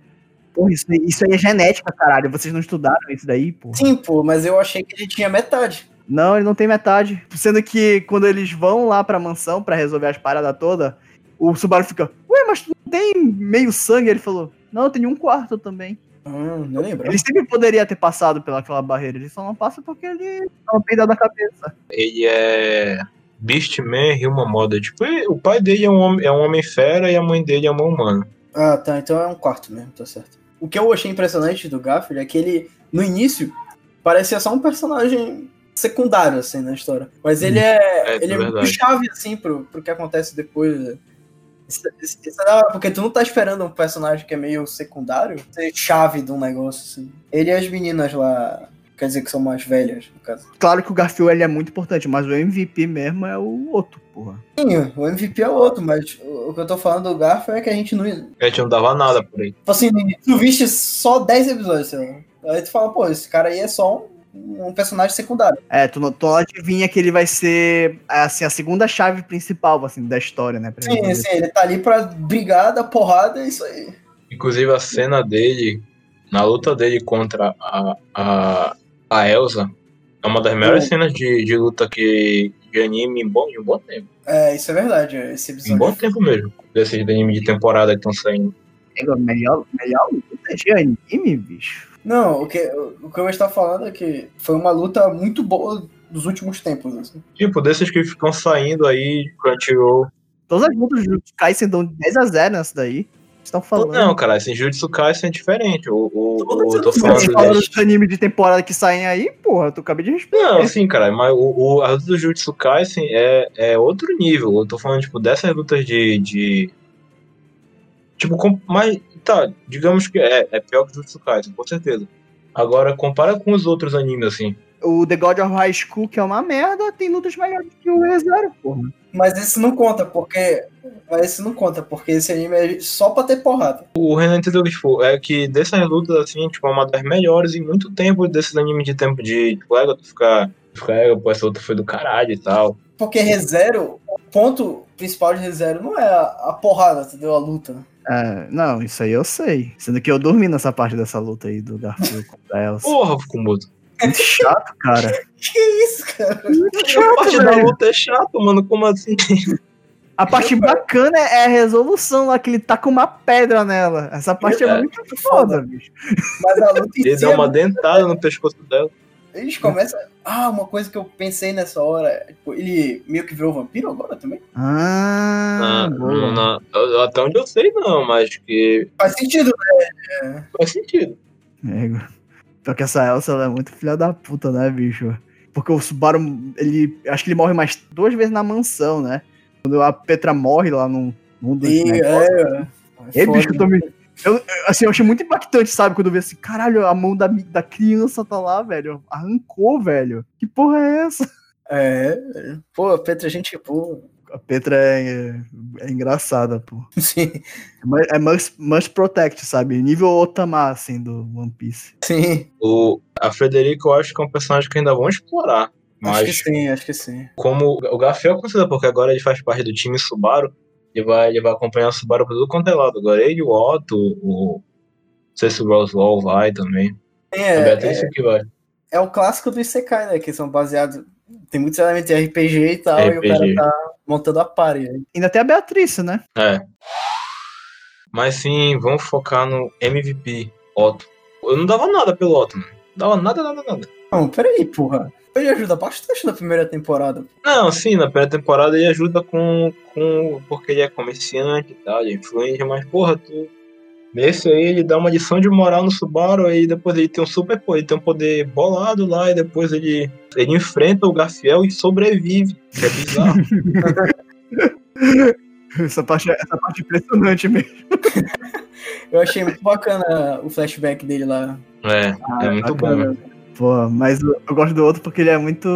C: Porra, isso, isso aí é genética, caralho. Vocês não estudaram isso daí, porra?
A: Sim, pô, mas eu achei que ele tinha metade.
C: Não, ele não tem metade. Sendo que quando eles vão lá pra mansão pra resolver as paradas todas, o Subaru fica, ué, mas tu não tem meio sangue? Ele falou, não, eu tenho um quarto também.
A: Hum, não lembro.
C: Ele sempre poderia ter tá passado pelaquela barreira, ele só não passa porque ele tava peidado da cabeça.
B: ele é Beastman e uma moda. Tipo, e- o pai dele é um, homem, é um homem fera e a mãe dele é uma humana.
A: Ah, tá. Então é um quarto mesmo, tá certo. O que eu achei impressionante do Garfield é que ele, no início, parecia só um personagem secundário, assim, na história. Mas ele é,
B: É,
A: ele é
B: verdade.
A: muito chave, assim, pro, pro que acontece depois. né? Isso, isso- isso é da hora, porque tu não tá esperando um personagem que é meio secundário ser chave de um negócio, assim. Ele e as meninas lá, quer dizer, que são mais velhas, no caso.
C: Claro que o Garfield ele é muito importante, mas o MVP mesmo é o outro, porra.
A: Sim, o MVP é outro, mas o, o que eu tô falando do Garfield é que a gente não,
B: A gente não dava nada por ele.
A: Tipo assim, tu viste só 10 episódios, sei lá. Aí tu fala, pô, esse cara aí é só um, um personagem secundário.
C: É, tu não, tu não adivinha que ele vai ser assim, a segunda chave principal assim, da história, né? pra gente
A: Sim,
C: dizer.
A: sim, ele tá ali pra brigar, dar porrada, é isso aí.
B: Inclusive a cena dele, na luta dele contra a, a, a Elsa, é uma das melhores
A: Hum.
B: cenas de, de luta que de anime em bom, em um bom tempo.
A: É, isso é verdade, esse
B: Em um bom
A: episódio.
B: tempo mesmo. Desses anime de temporada que estão saindo.
C: Pega, melhor, melhor luta de anime, bicho.
A: Não, o que, o que eu estou falando é que foi uma luta muito boa dos últimos tempos, assim.
B: Tipo, desses que ficam saindo aí, Crunchyroll.
C: Todas as lutas do Kaisen dão 10 a 0 nessa daí. Vocês estão falando.
B: Não, cara, esse Jujutsu Kaisen é diferente. O, o,
A: Todas
B: o- eu tô
A: as
C: Vocês
A: Falando
C: falaram
B: falando desse.
C: dos animes de temporada que saem aí, porra, tu acabei de responder.
B: Não, sim, cara, mas o, o, a luta do Jujutsu Kaisen é, é outro nível. Eu tô falando, tipo, dessas lutas de. de tipo, com, mas, tá, digamos que é, é pior que o Jujutsu Kaisen, com certeza. Agora, compara com os outros animes, assim.
C: O The God of High School, que é uma merda, tem lutas melhores que o E0, porra.
A: Mas esse não conta, porque. Mas esse não conta, porque esse anime é só pra ter porrada.
B: O Renan entendeu o que, tipo, é que dessas lutas, assim, tipo, é uma das melhores em muito tempo desses animes de tempo de colega, tu ficar. Ficar, "É, pô, essa luta foi do caralho e tal.
A: Porque ReZero, o ponto principal de ReZero não é a, a porrada, entendeu? A luta.
C: É, não, isso aí eu sei. Sendo que eu dormi nessa parte dessa luta aí do Garfield contra a Elsa.
B: Porra, Fukumoto.
C: Muito chato, cara.
A: Que isso, cara?
C: Muito
B: A parte
C: chato,
B: da
C: velho.
B: luta é chato, mano. Como assim?
C: A parte bacana é a resolução lá, que ele tá com uma pedra nela. Essa parte é,
B: É.
C: muito foda, bicho.
A: Mas a luta em
B: Ele
A: si
B: dá
A: é
B: uma dentada no pescoço dela.
A: Eles começam. Ah, uma coisa que eu pensei nessa hora. tipo, ele meio que virou vampiro agora também?
C: Ah,
B: Na-
C: boa.
B: na- eu- até onde eu sei, não, mas que
A: Faz sentido, né?
B: faz sentido.
C: Nego. Pior que essa Elsa, ela é muito filha da puta, né, bicho? Porque o Subaru, ele. Acho que ele morre mais duas vezes na mansão, né? Quando a Petra morre lá num, num dos.
A: E,
C: né?
A: é,
C: Ei,
A: foda.
C: bicho, eu tô me. Eu, eu- assim, eu achei muito impactante, sabe? Quando eu vi assim, caralho, a mão da, mi- da criança tá lá, velho. Arrancou, velho. Que porra é essa?
A: É. é. Pô, Petra, gente boa.
C: A Petra é, é engraçada, pô.
A: Sim,
C: É mu- É must, must protect, sabe? Nível Otama, assim, do One Piece.
A: sim.
B: O, a Frederica eu acho que é um personagem que ainda vão explorar.
A: Acho que
B: Mas
A: sim, acho que sim.
B: como o Garfield considera, porque agora ele faz parte do time Subaru, ele vai, ele vai acompanhar o Subaru pra tudo quanto é lado. Agora ele, o Otto, o. Não sei se o Roswell vai também.
A: É,
B: a
A: é,
B: Beatriz que vai.
A: é o clássico do Isekai, né? Que são baseados. Tem muitos elementos de RPG e tal, e o cara
B: RPG.
A: tá montando a party.
C: Ainda tem a Beatriz, né?
B: É. Mas sim, vamos focar no MVP, Otto. Eu não dava nada pelo Otto, mano. Dava nada, nada, nada.
A: Não, peraí, porra. Ele ajuda bastante na primeira temporada.
B: Não, sim, na primeira temporada ele ajuda com, com. Porque ele é comerciante e tal, ele é influente, mas porra, tu. Nesse aí ele dá uma lição de moral no Subaru, aí depois ele tem um super poder, ele tem um poder bolado lá, e depois ele, ele enfrenta o Garfiel e sobrevive. Que é bizarro.
C: Essa parte, essa parte é impressionante mesmo.
A: Eu achei muito bacana o flashback dele lá.
B: é, é muito bom, mano.
C: Pô, mas eu, eu gosto do outro porque ele é muito.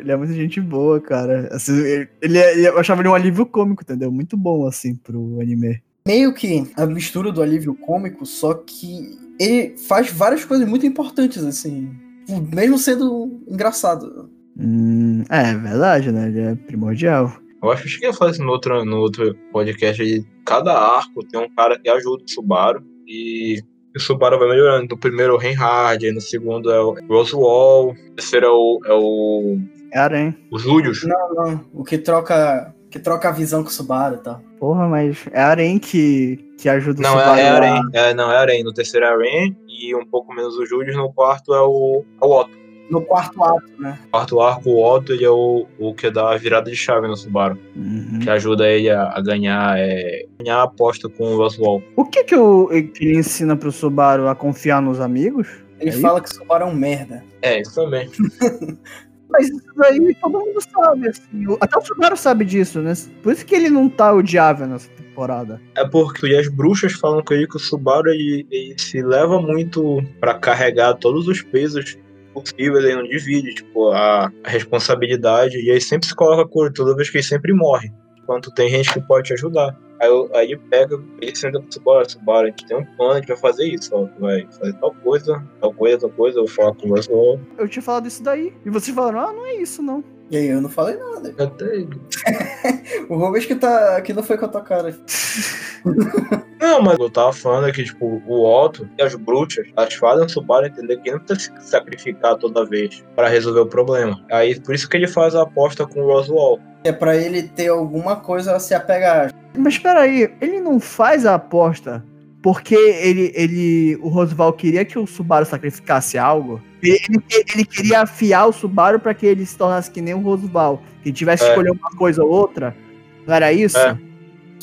C: Ele é muito gente boa, cara. Assim, ele, ele é- ele- eu achava ele um alívio cômico, entendeu? Muito bom, assim, pro anime.
A: meio que a mistura do alívio cômico, só que ele faz várias coisas muito importantes, assim. Mesmo sendo engraçado.
C: Hum, é verdade, né? Ele é primordial.
B: Eu acho que eu cheguei a falar isso no outro, no outro podcast aí. Cada arco tem um cara que ajuda o Subaru e o Subaru vai melhorando. No primeiro é o Reinhard, aí no segundo é o Roswell, no terceiro é o, é o
C: É aranha.
B: os Lúdios.
A: Não, não. O que troca. Que troca a visão com o Subaru tá? e tal.
C: Porra, mas é Aren que, que ajuda o
B: Não,
C: Subaru
B: é, é
C: lá.
B: Aren. É, não, é Aren. No terceiro é Aren e um pouco menos o Július. No quarto é o, é o Otto.
A: no quarto ato, né?
B: quarto arco, o Otto, ele é o, o que dá a virada de chave no Subaru,
F: Uhum.
B: que ajuda ele a, a ganhar, é, ganhar a aposta com o Oswald.
C: O que que o, que ele ensina pro Subaru a confiar nos amigos?
A: Ele
C: É isso?
A: fala que Subaru é um merda.
B: É, isso também.
C: Mas isso daí todo mundo sabe, assim. O- Até o Subaru sabe disso, né? Por isso que ele não tá odiável nessa temporada.
B: É porque e as bruxas falam com ele que o Subaru ele, ele se leva muito pra carregar todos os pesos possíveis, ele não divide, tipo, a, a responsabilidade, e aí sempre se coloca a cor, toda vez que ele sempre morre. Enquanto tem gente que pode te ajudar. Aí, eu- aí ele pega, ele senta com o Subaru, Subaru, a gente tem um plano, a gente vai fazer isso, ó, tu vai fazer tal coisa, tal coisa, tal coisa, eu falo com você, ó,
C: Eu tinha falado isso daí. E vocês falaram, ah, não é isso, não.
A: E aí eu não falei nada.
B: até...
A: O Rubens que tá. que não foi com a tua cara.
B: Não, mas eu tava falando que, tipo, o Otto e as bruxas, elas fazem o Subaru entender que ele não precisa se sacrificar toda vez pra resolver o problema. Aí, por isso que ele faz a aposta com o Roswell.
A: É pra ele ter alguma coisa a se apegar.
C: Mas peraí, ele não faz a aposta porque ele, ele, o Rosval queria que o Subaru sacrificasse algo? Ele, ele- ele queria afiar o Subaru pra que ele se tornasse que nem o Rosval, que tivesse que
B: É.
C: escolher uma coisa ou outra. Não era isso?
B: É.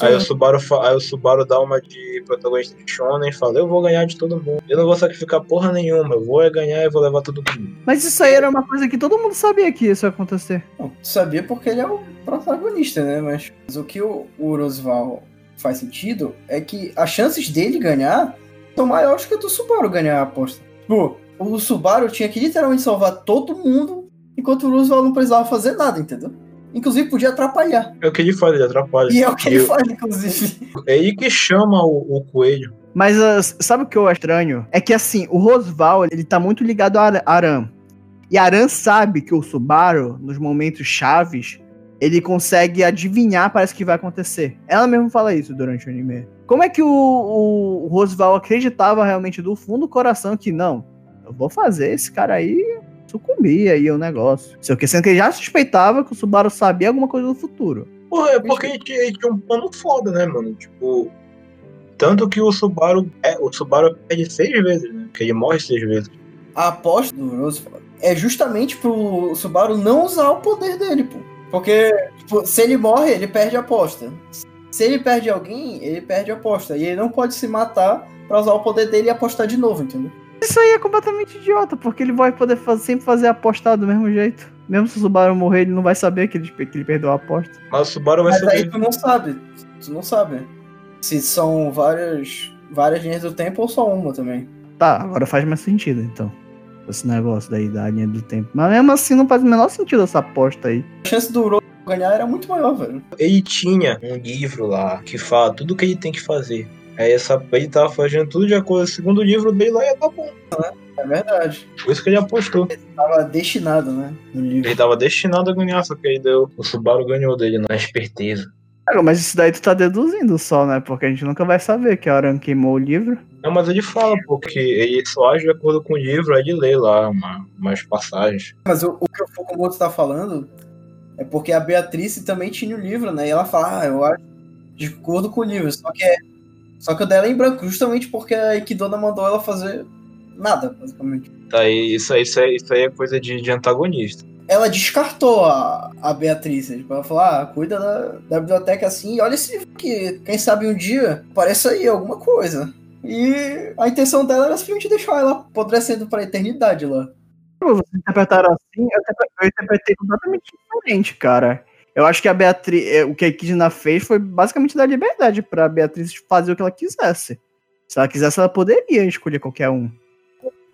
B: Aí o, Subaru fa- aí o Subaru dá uma de protagonista de Shonen e fala, eu vou ganhar de todo mundo. Eu não vou sacrificar porra nenhuma, eu vou é ganhar e vou levar todo mundo.
C: Mas isso aí era uma coisa que todo mundo sabia que isso ia acontecer.
A: Não, tu sabia porque ele é o protagonista, né? Mas, mas o que o, o Rosval faz sentido é que as chances dele ganhar são maiores que a do Subaru ganhar a aposta. Tipo, o Subaru tinha que literalmente salvar todo mundo, enquanto o Roosevelt não precisava fazer nada, entendeu? Inclusive podia atrapalhar.
B: É o que ele faz, ele atrapalha.
A: E é o que
B: E
A: ele
B: o-
A: faz, inclusive.
B: É ele que chama o, o coelho.
C: Mas ah, sabe o que eu acho estranho? É que assim, o Rosval, ele tá muito ligado a Ar- Aran. E Aran sabe que o Subaru, nos momentos chaves, ele consegue adivinhar, parece que vai acontecer. Ela mesma fala isso durante o anime. Como é que o, o, o Rosval acreditava realmente do fundo do coração que não, eu vou fazer esse cara aí sucumbir aí o negócio. Sei o que, sendo que ele já suspeitava que o Subaru sabia alguma coisa do futuro.
B: Porra, é porque ele tinha, ele tinha um plano foda, né, mano? Tipo. Tanto que o Subaru. É, o Subaru perde seis vezes, né? Porque ele morre seis vezes.
A: A aposta do Roosevelt é justamente pro Subaru não usar o poder dele, pô. Porque tipo, se ele morre, ele perde a aposta. Se ele perde alguém, ele perde a aposta. E ele não pode se matar pra usar o poder dele e apostar de novo, entendeu?
C: Isso aí é completamente idiota, porque ele vai poder faz- sempre fazer a aposta do mesmo jeito. Mesmo se o Subaru morrer, ele não vai saber que ele, que ele perdeu a aposta.
B: Mas o Subaru vai
A: Mas
B: saber.
A: aí tu não sabe. Tu não sabe. Se são várias, várias linhas do tempo ou só uma também.
C: Tá, agora faz mais sentido, então. Esse negócio daí da linha do tempo. Mas mesmo assim, não faz o menor sentido essa aposta aí.
A: A chance do Roosevelt ganhar era muito maior, velho.
B: Ele tinha um livro lá que fala tudo que ele tem que fazer. Aí essa, ele tava fazendo tudo de acordo com o segundo livro dele lá e tá bom.
A: É verdade.
B: Por isso que ele apostou.
A: Tava destinado, né? No livro.
B: Ele tava destinado a ganhar, só que aí deu. O Subaru ganhou dele na esperteza.
C: Cara, mas isso daí tu tá deduzindo só, né? Porque a gente nunca vai saber que a Aran queimou o livro.
B: Não, mas ele fala, porque ele só age de acordo com o livro, aí ele lê lá uma- umas passagens.
A: Mas o, o que o Fukumoto tá falando é porque a Beatriz também tinha o livro, né? E ela fala, ah, eu acho de acordo com o livro. Só que, é, só que o dela é em branco, justamente porque a Ikidona mandou ela fazer nada, basicamente.
B: Tá, e isso aí, isso aí, isso aí é coisa de, de antagonista.
A: Ela descartou a, a Beatriz. né? Tipo, ela falou, ah, cuida da, da biblioteca assim e olha esse livro que quem sabe um dia apareça aí alguma coisa. E a intenção dela era simplesmente deixar ela apodrecendo pra eternidade lá.
C: Pô, Vocês interpretaram assim, eu interpre- eu interpretei completamente diferente, cara. Eu acho que a Beatriz, é, o que a Equidna fez foi basicamente dar liberdade pra Beatriz fazer o que ela quisesse. Se ela quisesse, ela poderia escolher qualquer um.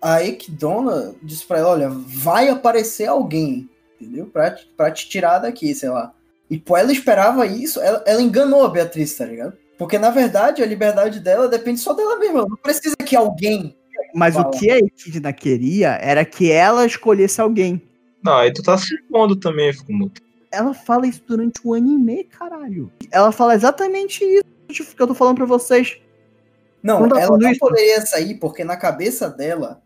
A: a Ekdona disse pra ela, olha, vai aparecer alguém, entendeu? Pra, te- pra te tirar daqui, sei lá. E pô, ela esperava isso, ela, ela enganou a Beatriz, tá ligado? Porque, na verdade, a liberdade dela depende só dela mesma. Ela não precisa que alguém...
C: Mas
A: Fala.
C: o que a Equidna queria era que ela escolhesse alguém.
B: Não, aí tu tá se impondo também, Fukumoto.
C: Ela fala isso durante o anime, caralho. Ela fala exatamente isso que eu tô falando pra vocês.
A: Não,
C: Não dá
A: ela
C: tudo
A: não
C: isso.
A: poderia sair porque na cabeça dela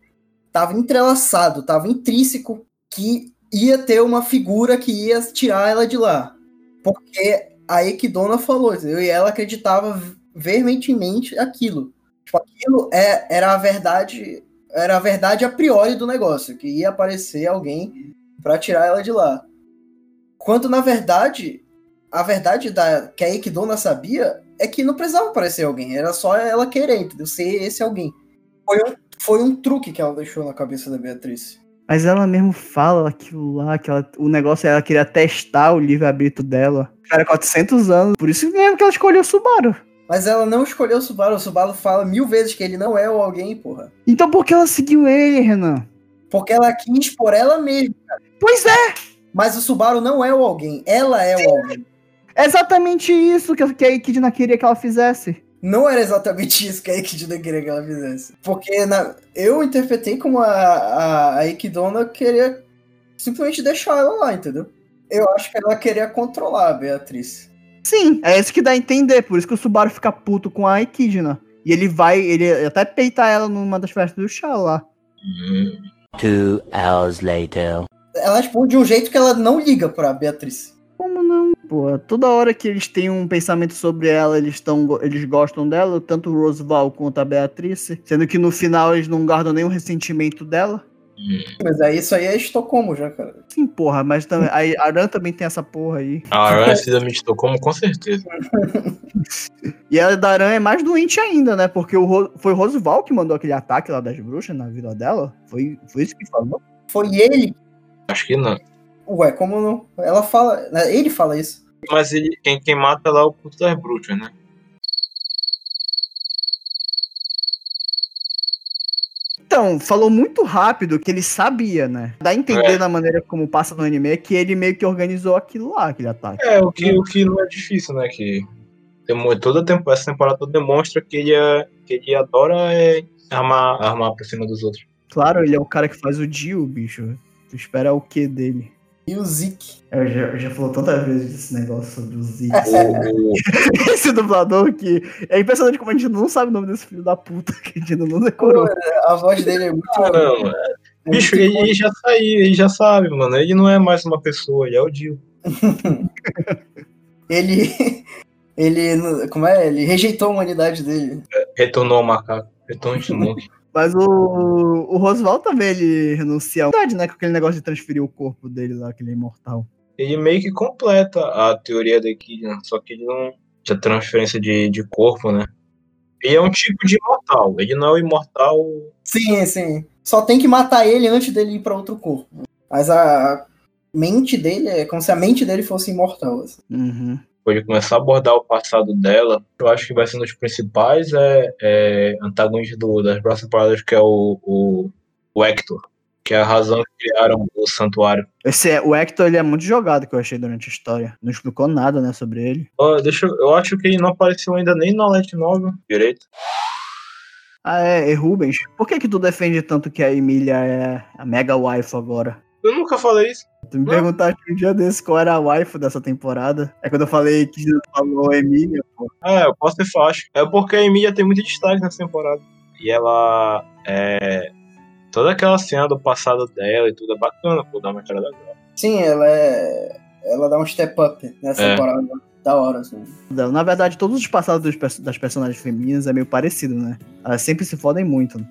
A: tava entrelaçado, tava intrínseco que ia ter uma figura que ia tirar ela de lá. Porque a Ekidona falou, entendeu? E ela acreditava veementemente aquilo. Tipo, aquilo é- era a verdade Era a verdade a priori do negócio, que ia aparecer alguém pra tirar ela de lá. Quando na verdade, a verdade da que a Eikidona sabia é que não precisava aparecer alguém, era só ela querer, entendeu? Ser esse alguém. Foi um, foi um truque que ela deixou na cabeça da Beatriz.
C: Mas ela mesmo fala aquilo lá, que ela- o negócio é ela queria testar o livre-arbítrio dela. Cara, 400 anos. Por isso mesmo que ela escolheu o Subaru.
A: Mas ela não escolheu o Subaru, o Subaru fala mil vezes que ele não é o alguém, porra.
C: Então por que ela seguiu ele, Renan?
A: Porque ela quis por ela mesma.
C: Pois é,
A: Mas o Subaru não é o alguém, ela é o alguém.
C: é exatamente isso que, que a Ikidna queria que ela fizesse.
A: Não era exatamente isso que a Eikidona queria que ela fizesse. Porque na- eu interpretei como a, a, a Eikidona queria simplesmente deixar ela lá, entendeu? Eu acho que ela queria controlar a Beatriz.
C: Sim, é isso que dá a entender. Por isso que o Subaru fica puto com a Ikidna. E ele vai, ele até peita ela numa das festas do chá lá.
B: Hum.
D: Two hours later.
A: Ela responde de um jeito que ela não liga pra Beatriz.
C: Como não? Pô, toda hora que eles têm um pensamento sobre ela, eles, tão, eles gostam dela, tanto o Roosevelt quanto a Beatrice, sendo que no final eles não guardam nenhum ressentimento dela.
A: Mas aí isso aí é Estocolmo já, cara.
C: Sim, porra, mas também, a Aran também tem essa porra aí.
B: A Aran é síndrome de Estocolmo, com certeza.
C: E a da Aran é mais doente ainda, né? Porque o Ro- foi o Roosevelt que mandou aquele ataque lá das bruxas na vila dela. Foi, foi isso que falou?
A: Foi ele.
B: Acho que não.
A: Ué, como não? Ela fala. né, Ele fala isso.
B: Mas ele, quem, quem mata lá é o culto das bruxas, né?
C: Então, falou muito rápido que ele sabia, né? Dá a entender
B: É.
C: na maneira como passa no anime que ele meio que organizou aquilo lá, aquele ataque.
B: É, o que, o que não é difícil, né? Que demo- toda tempo, essa temporada toda demonstra que ele, é- que ele adora é armar, armar pra cima dos outros.
C: Claro, ele é o cara que faz o Dio, bicho. Tu espera o que dele?
A: E o Zeke.
C: Eu já, eu já falou tantas vezes desse negócio sobre o Zig.
B: O, o-
C: Esse dublador que. É impressionante como a gente não sabe o nome desse filho da puta, que a gente ainda não decorou.
A: A voz dele é muito.
B: Caramba. Bicho, ele, ele já saiu, ele já sabe, mano. Ele não é mais uma pessoa, ele é o Dio.
A: Ele. Ele. Como é? Ele rejeitou a humanidade dele.
B: Retornou ao macaco. Retorno de Snook.
C: Mas o, o Roswell também ele renuncia à verdade, né? Com aquele negócio de transferir o corpo dele lá, aquele imortal.
B: Ele meio que completa a teoria da Kidna, só que ele não. De transferência de, de corpo, né? Ele é um tipo de imortal. Ele não é o imortal.
A: Sim, sim. Só tem que matar ele antes dele ir pra outro corpo. Mas a mente dele é como se a mente dele fosse imortal. assim.
C: Uhum.
B: Pode começar a abordar o passado dela. Eu acho que vai ser um dos principais é, é, antagonistas do- das próximas paradas, que é o, o, o Hector. Que é a razão que criaram o santuário.
C: Esse é, o Hector ele é muito jogado que eu achei durante a história. Não explicou nada, né, sobre ele.
B: Ó, deixa, eu- eu acho que ele não apareceu ainda nem na Light Novel direito.
C: Ah, é, e Rubens, por que que tu defende tanto que a Emília é a mega wife agora?
B: Eu nunca falei isso.
C: Tu me perguntaste um dia desse qual era a waifu dessa temporada. É quando eu falei que falou Emília, pô.
B: É, eu posso ter fácil. É porque a Emilia tem muito destaque nessa temporada. E ela. É, toda aquela cena do passado dela e tudo é bacana, pô, dar uma cara da cara.
A: Sim, ela é. Ela dá um step up nessa
B: É.
A: temporada. Da hora, assim.
C: Na verdade, todos os passados dos perso- das personagens femininas é meio parecido, né? Elas sempre se fodem muito. né?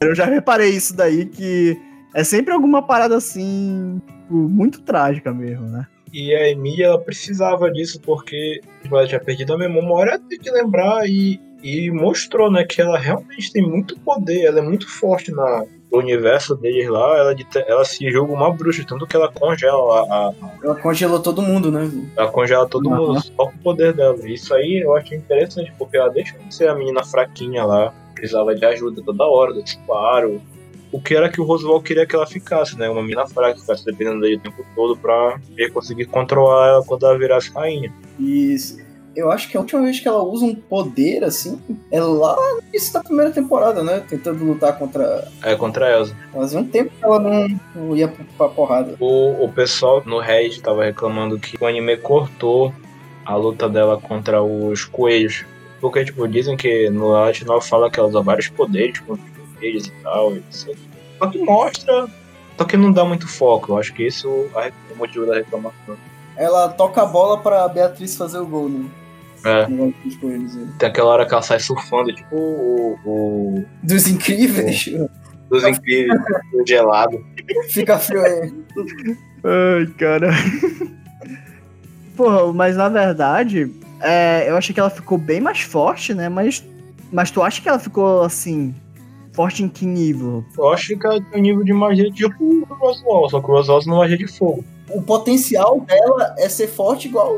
C: eu já reparei isso daí, que é sempre alguma parada assim, tipo, muito trágica mesmo, né?
B: E a Emilia, ela precisava disso porque tipo, ela tinha perdido a memória. Uma hora ela tem que lembrar e, e mostrou, né, que ela realmente tem muito poder. Ela é muito forte na. no universo deles lá, ela, de- ela se julga uma bruxa, tanto que ela congela a- a,
A: Ela congelou todo mundo, né?
B: Ela congela todo
C: Aham.
B: mundo, só com o poder dela. Isso aí eu achei interessante, porque ela deixa de ser a menina fraquinha lá, precisava de ajuda toda hora, do disparo. O que era que o Roosevelt queria que ela ficasse, né? Uma menina fraca, que ficasse dependendo dele o tempo todo pra ele conseguir controlar ela quando ela virasse rainha.
A: Isso. Eu acho que a última vez que ela usa um poder, assim, é lá no início da primeira temporada, né? Tentando lutar contra.
B: É, contra a Elsa.
A: Fazia um tempo que ela não, não ia pra porrada.
B: O, o pessoal no Reddit tava reclamando que o anime cortou a luta dela contra os coelhos. Porque, tipo, dizem que no Latinal fala que ela usa vários poderes contra os coelhos e tal. E isso. Só que mostra. Só que não dá muito foco. Eu acho que isso é o motivo da reclamação.
A: Ela toca a bola pra Beatriz fazer o gol, né?
B: É.
A: Negócio dos coelhos, né?
B: Tem aquela hora que ela sai surfando, tipo o. o-
A: Dos incríveis.
B: dos incríveis, congelado.
A: Fica é, frio aí.
C: Ai, cara. Porra, mas na verdade, é, eu achei que ela ficou bem mais forte, né? Mas, mas tu acha que ela ficou assim. Forte em que nível?
B: Eu acho que ela tem um nível de magia tipo o Roswell, só que o Roswell não é magia de fogo.
A: O potencial dela é ser forte igual,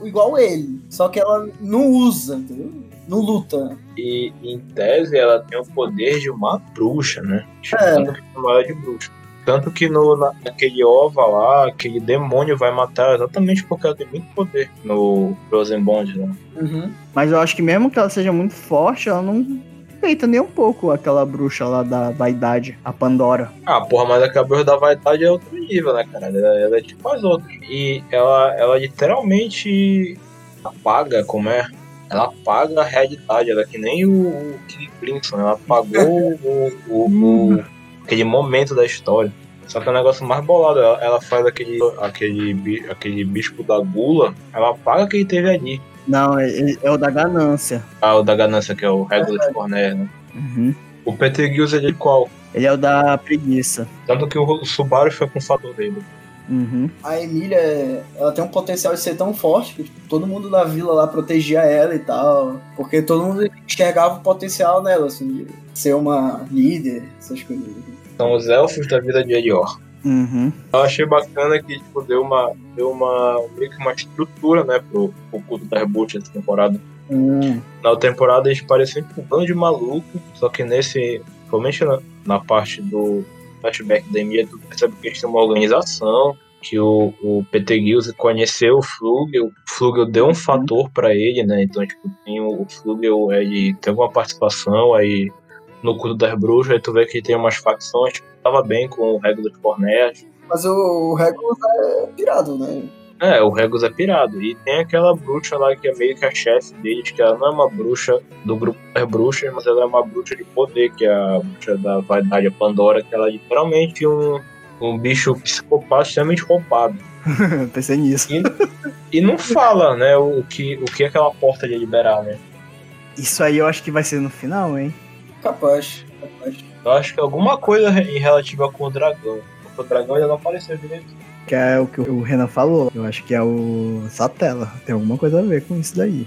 A: igual ele. Só que ela não usa, entendeu? Não luta.
B: E em tese ela tem o poder de uma bruxa, né?
A: É.
B: Tanto que chama ela de bruxa. Tanto que no, na- naquele ova lá, aquele demônio vai matar ela exatamente porque ela tem muito poder no Rosenbond, né?
A: Uhum.
C: Mas eu acho que mesmo que ela seja muito forte, ela não peita nem um pouco aquela bruxa lá da vaidade, a Pandora.
B: Ah, porra, mas a cabeça da vaidade é outro nível, né, cara? Ela, ela é tipo as outras. E ela, ela literalmente apaga, como é? Ela apaga a realidade, ela é que nem o, o Kid Crimson, ela apagou o, o- o- aquele momento da história. Só que é um negócio mais bolado, ela, ela faz aquele, aquele, bi- aquele bispo da gula, ela apaga quem teve ali.
C: Não, é, é o da ganância.
B: Ah, o da ganância, que é o Regulus Cornell, né?
C: Uhum.
B: O Peter Gills é de qual?
C: Ele é o da preguiça.
B: Tanto que o Subaru foi com o fator dele.
C: Uhum.
A: A Emília, ela tem um potencial de ser tão forte que tipo, todo mundo na vila lá protegia ela e tal. Porque todo mundo enxergava o potencial nela, assim, de ser uma líder, essas coisas.
B: São os elfos da vida de Elior.
C: Uhum.
B: Eu achei bacana que tipo, deu uma deu uma meio que uma estrutura, né, pro, pro culto da reboot nessa temporada.
C: Hum.
B: Na outra temporada eles pareciam tipo, um bando de maluco, só que nesse, principalmente na, na parte do flashback da Emília, tu percebe que eles têm uma organização, que o, o Peter Gills conheceu o Flugel, o Flugel deu um fator pra ele, né, então tipo, tem o, o Flugel, ele tem alguma participação aí no culto das bruxas, aí tu vê que tem umas facções, tipo, tava bem com o Regulus Cornet,
A: Mas o Regulus é pirado, né?
B: é, o Regus é pirado. E tem aquela bruxa lá que é meio que a chefe deles, que ela não é uma bruxa do grupo das bruxas, mas ela é uma bruxa de poder, que é a bruxa da vaidade, a Pandora, que ela é literalmente um, um bicho psicopata extremamente roubado.
C: Pensei nisso.
B: E não fala, né, o que, o que aquela porta ia liberar, né?
C: Isso aí eu acho que vai ser no final, hein?
A: Capaz, capaz.
B: Eu acho que alguma coisa em relativa com o dragão. Porque O dragão ainda não apareceu direito.
C: Que é o que o Renan falou. Eu acho que é o Satela. Tem alguma coisa a ver com isso daí.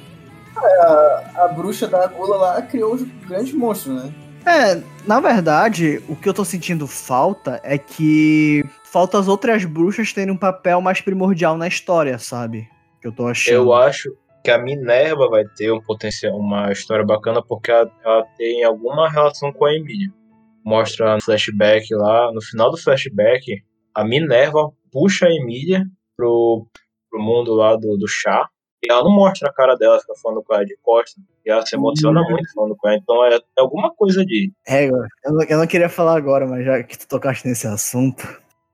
A: A bruxa da gula lá criou os grandes monstros, né?
C: É, na verdade, o que eu tô sentindo falta é que falta as outras bruxas terem um papel mais primordial na história, sabe? Que eu tô achando.
B: Eu acho que a Minerva vai ter um potencial, uma história bacana porque ela, ela tem alguma relação com a Emília. Mostra no flashback lá, no final do flashback, a Minerva puxa a Emília pro, pro mundo lá do, do chá. E ela não mostra a cara dela, fica falando com ela de costa. E ela se emociona muito falando com ela. Então é, é alguma coisa de.
C: É, eu não, eu não queria falar agora, mas já que tu tocaste nesse assunto,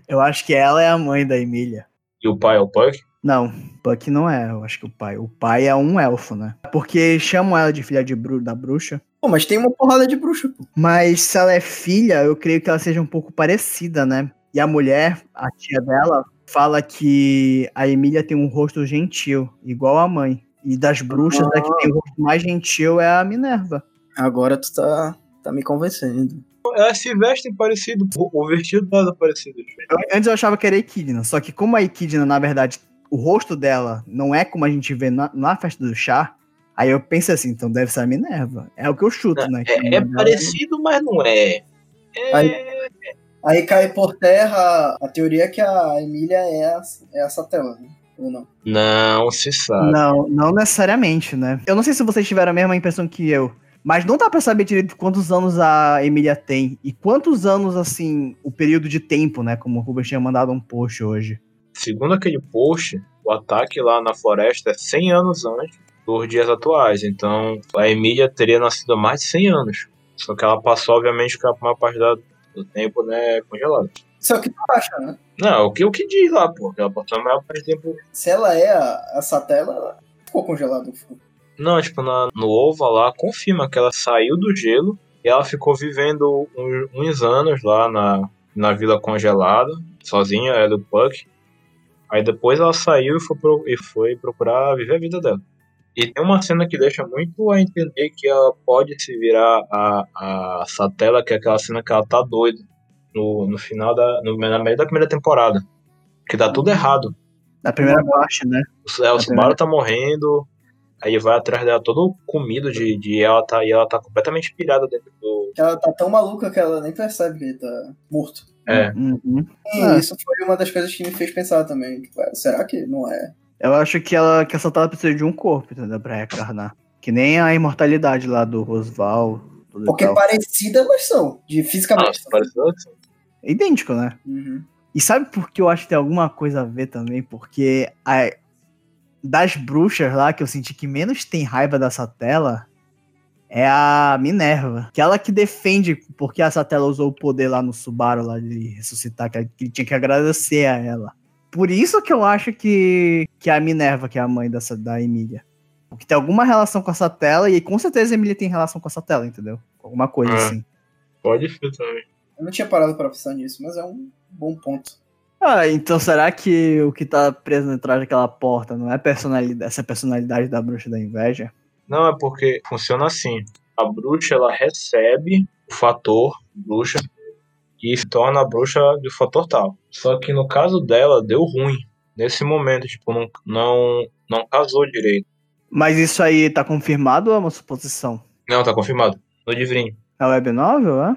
C: eu acho que ela é a mãe da Emília.
B: E o pai é o Puck?
C: Não, Buck não é, eu acho que o pai. O pai é um elfo, né? Porque chamam ela de filha de bru da bruxa.
A: Pô, mas tem uma porrada de bruxa, pô.
C: Mas se ela é filha, eu creio que ela seja um pouco parecida, né? E a mulher, a tia dela, fala que a Emília tem um rosto gentil, igual a mãe. E das bruxas, a que tem o rosto mais gentil é a Minerva.
A: Agora tu tá, tá me convencendo.
B: Elas se vestem parecido, o, o vestido delas é parecido.
C: Eu- antes eu achava que era a Equidna, só que como a Equidna, na verdade, o rosto dela não é como a gente vê na, na festa do chá, aí eu pensei assim, então deve ser a Minerva. É o que eu chuto, né? que a
B: É, é
C: Minerva-
B: parecido, mas não é. É.
A: Aí- Aí cai por terra a teoria que a Emília é, a- é essa tela, né? Ou não?
B: Não se sabe.
C: Não, não necessariamente, né? Eu não sei se vocês tiveram a mesma impressão que eu, mas não dá pra saber direito quantos anos a Emília tem e quantos anos, assim, o período de tempo, né? Como o Rubens tinha mandado um post hoje.
B: Segundo aquele post, o ataque lá na floresta é 100 anos antes dos dias atuais. Então, a Emília teria nascido há mais de 100 anos. Só que ela passou, obviamente, que a maior parte da- do tempo, né, congelada.
A: Isso é o que tu acha, né?
B: Não, o que, o que diz lá, pô? Que ela passou a maior parte do tempo...
A: Se ela é a, essa tela, ela ficou congelada. ficou.
B: Não, tipo, na, no OVA lá, confirma que ela saiu do gelo e ela ficou vivendo uns, uns anos lá na, na vila congelada, sozinha, ela e o Puck. Aí depois ela saiu e foi, pro- e foi procurar viver a vida dela. E E tem uma cena que deixa muito a entender que ela pode se virar a, a Satela, que é aquela cena que ela tá doida no, no final da. No, na meio da primeira temporada. Que dá tudo errado.
C: Na primeira parte, né?
B: O, é, o Subaru tá morrendo, aí vai atrás dela todo comido de, de ela tá. E ela tá completamente pirada dentro do.
A: Ela tá tão maluca que ela nem percebe que ele tá morto.
B: É.
C: Uhum.
A: E
C: Ah.
A: isso foi uma das coisas que me fez pensar também. Tipo, é, será que não é?
C: Eu acho que ela que essa tela precisa de um corpo, entendeu? Pra reencarnar. Que nem a imortalidade lá do Rosval. tudo e
A: Porque
C: tal.
A: parecidas elas são, de fisicamente.
B: Nossa, parece assim.
C: É idêntico, né?
A: Uhum.
C: E sabe por que eu acho que tem alguma coisa a ver também? Porque a- das bruxas lá que eu senti que menos tem raiva da Satela é a Minerva. Que é ela que defende porque a Satela usou o poder lá no Subaru lá de ressuscitar, que ela- que ele tinha que agradecer a ela. Por isso que eu acho que, que a Minerva, que é a mãe dessa, da Emília. Porque tem alguma relação com a Satela, e com certeza a Emília tem relação com a Satela, entendeu? Alguma coisa
B: É.
C: assim.
B: Pode ser também.
A: Eu não tinha parado pra pensar nisso, mas é um bom ponto.
C: Ah, então será que o que tá preso atrás daquela porta não é personalidade, essa personalidade da bruxa da inveja?
B: Não, é porque funciona assim. A bruxa, ela recebe o fator bruxa e se torna a bruxa do fator tal. Só que no caso dela, deu ruim. Nesse momento, tipo, não, não, não casou direito.
C: Mas isso aí tá confirmado ou é uma suposição?
B: Não, tá confirmado. No divrinho.
C: É web novel, é?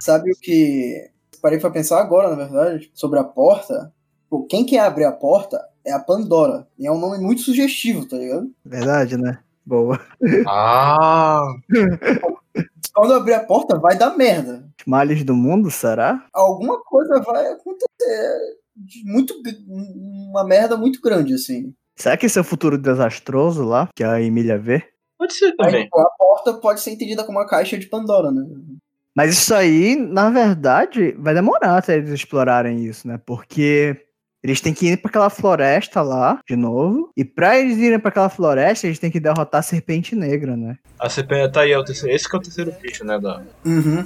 A: Sabe o que parei pra pensar agora, na verdade, sobre a porta? Pô, quem quer abrir a porta é a Pandora. E é um nome muito sugestivo, tá ligado?
C: Verdade, né? Boa.
B: Ah!
A: Quando abrir a porta, vai dar merda.
C: Os males do mundo, será?
A: Alguma coisa vai acontecer. de Muito, gr- uma merda muito grande, assim.
C: Será que esse é o futuro desastroso lá, que a Emília vê?
B: Pode ser
A: Aí,
B: também.
A: pô, a porta pode ser entendida como a caixa de Pandora, né?
C: Mas isso aí, na verdade, vai demorar até eles explorarem isso, né? Porque eles têm que ir pra aquela floresta lá, de novo. E pra eles irem pra aquela floresta, eles têm que derrotar a Serpente Negra, né?
B: A CPE tá aí, é o terceiro, esse que é o terceiro bicho, né? Da...
A: Uhum.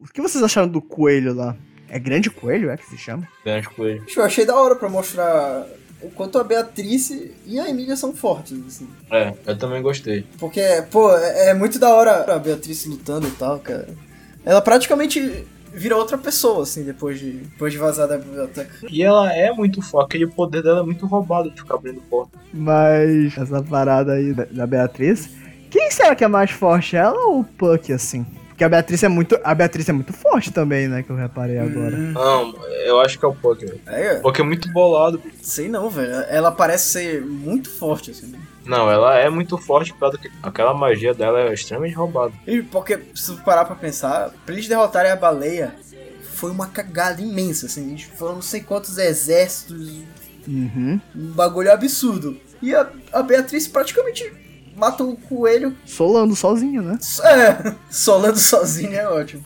C: O que vocês acharam do coelho lá? É grande coelho, é que se chama?
B: Grande coelho.
A: Acho- Eu achei da hora pra mostrar o quanto a Beatriz e a Emília são fortes, assim.
B: É, eu também gostei.
A: Porque, pô, é é muito da hora a Beatriz lutando e tal, cara. Ela praticamente vira outra pessoa, assim, depois de, depois de vazar da biblioteca.
B: E ela é muito forte, aquele poder dela é muito roubado de ficar abrindo porta.
C: Mas essa parada aí da, da Beatriz. Quem será que é mais forte, ela ou o Puck, assim? Porque a Beatriz é muito. A Beatriz é muito forte também, né? Que eu reparei agora.
A: Hum,
B: Não, eu acho que é o Pokémon.
A: é,
B: Porque é muito bolado,
A: sei não, velho. Ela parece ser muito forte, assim.
B: Não, ela é muito forte por causa que aquela magia dela é extremamente roubada.
A: E porque, se tu parar pra pensar, pra eles derrotarem a baleia, foi uma cagada imensa, assim. Eles foram não sei quantos exércitos,
C: Uhum.
A: um bagulho absurdo. E a, a Beatriz praticamente mata o coelho
C: Solando sozinho, né?
A: É, solando sozinha é ótimo.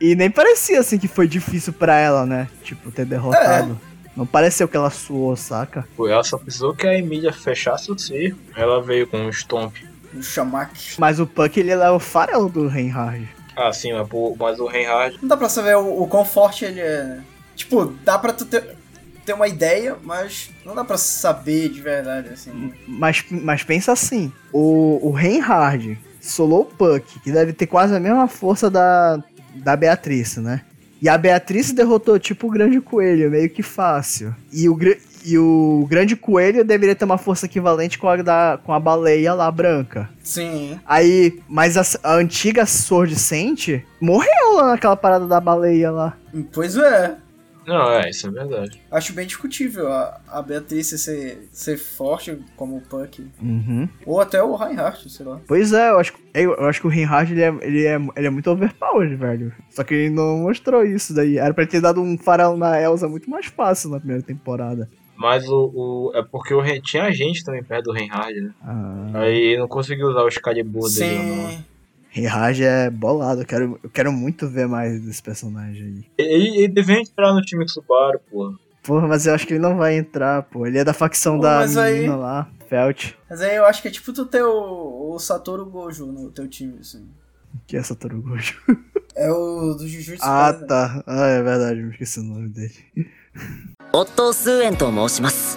C: E nem parecia assim que foi difícil pra ela, né? Tipo, ter derrotado. Não pareceu que ela suou, saca?
B: Pô, Ela só precisou que a Emília fechasse o circo. Ela veio com um stomp.
A: O Shamak.
C: Mas o Puck, ele é o farelo do Reinhard.
B: Ah, sim, mas, pô, mas o Reinhard.
A: Não dá pra saber o, o quão forte ele é. né? Tipo, dá pra tu ter, ter uma ideia, mas não dá pra saber de verdade, assim.
C: Mas, mas pensa assim: o, o Reinhard solou o Puck, que deve ter quase a mesma força da, da Beatriz, né? E a Beatriz derrotou tipo o Grande Coelho, meio que fácil. E o, gr- e o Grande Coelho deveria ter uma força equivalente com a, da, com a baleia lá branca.
A: Sim.
C: Aí, mas a, a antiga Sword Sente morreu lá naquela parada da baleia lá.
A: Pois é.
B: Não, é, isso é verdade.
A: Acho bem discutível a, a Beatriz ser, ser forte como o Puck.
C: Uhum.
A: Ou até o Reinhardt, sei lá.
C: Pois é, eu acho, que- eu, eu acho que o Reinhardt ele é, ele, é, ele é muito overpowered, velho. Só que ele não mostrou isso daí. Era pra ele ter dado um farelo na Elsa muito mais fácil na primeira temporada.
B: Mas o. o- é porque o Ren- tinha gente também perto do Reinhard, né?
C: Ah,
B: Aí não conseguiu usar o Excalibur dele. Não.
A: Sim.
C: Reinhardt é bolado. Eu quero, eu quero muito ver mais desse personagem aí.
B: Ele, ele devia entrar no time do Subaru, pô.
C: Porra, mas eu acho que ele não vai entrar, pô. Ele é da facção
A: Pô,
C: da
A: mas
C: menina
A: aí-
C: lá, Felt,
A: Mas aí eu acho que é tipo tu ter o, o Satoru Gojo no teu time, assim.
C: que é essa Torugojo.
A: É o do Jujutsu.
C: Ah,
A: Kaisen.
C: tá. Ah, é verdade, eu me esqueci o nome dele.
D: オットー・スーエンと申します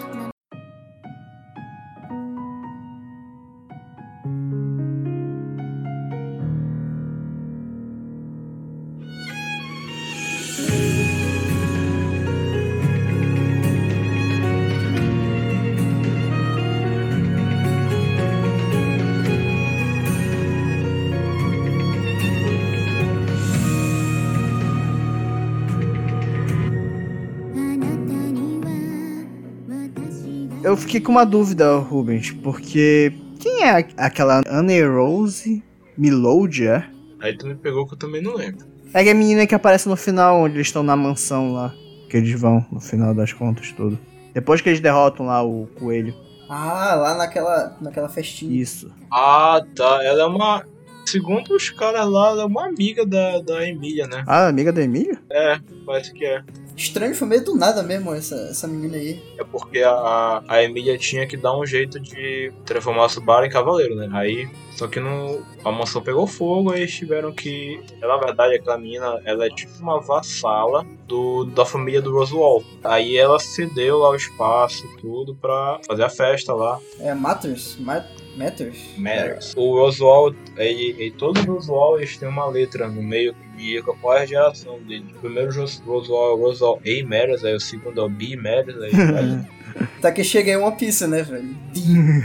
C: eu fiquei com uma dúvida, Rubens, porque quem é aquela Anne Rose Milodia?
B: Aí tu me pegou que eu também não lembro.
C: É a menina que aparece no final, onde eles estão na mansão lá. Que eles vão, no final das contas, tudo. Depois que eles derrotam lá o coelho.
A: Ah, lá naquela, naquela festinha.
C: Isso.
B: Ah, tá. Ela é uma. Segundo os caras lá, ela é uma amiga da, da Emília, né?
C: Ah, amiga da Emília?
B: É, parece que é.
A: Estranho, foi meio do nada mesmo essa, essa menina aí.
B: É porque a, a Emília tinha que dar um jeito de transformar o Subaru em cavaleiro, né? Aí, só que no, a mansão pegou fogo, aí eles tiveram que. Ela, na verdade, aquela menina, ela é tipo uma vassala do, da família do Roswell. Aí ela cedeu lá o espaço, tudo, pra fazer a festa lá.
A: É Matters? Ma Matters?
B: Matters. O Oswald, ele, ele, todos os Oswald eles têm uma letra no meio que indica qual é a geração dele. O primeiro Jos- Oswald é o Oswald A Matters, aí o segundo é o B Matters, aí vai-
A: Tá que cheguei uma pizza, né, velho? Dim.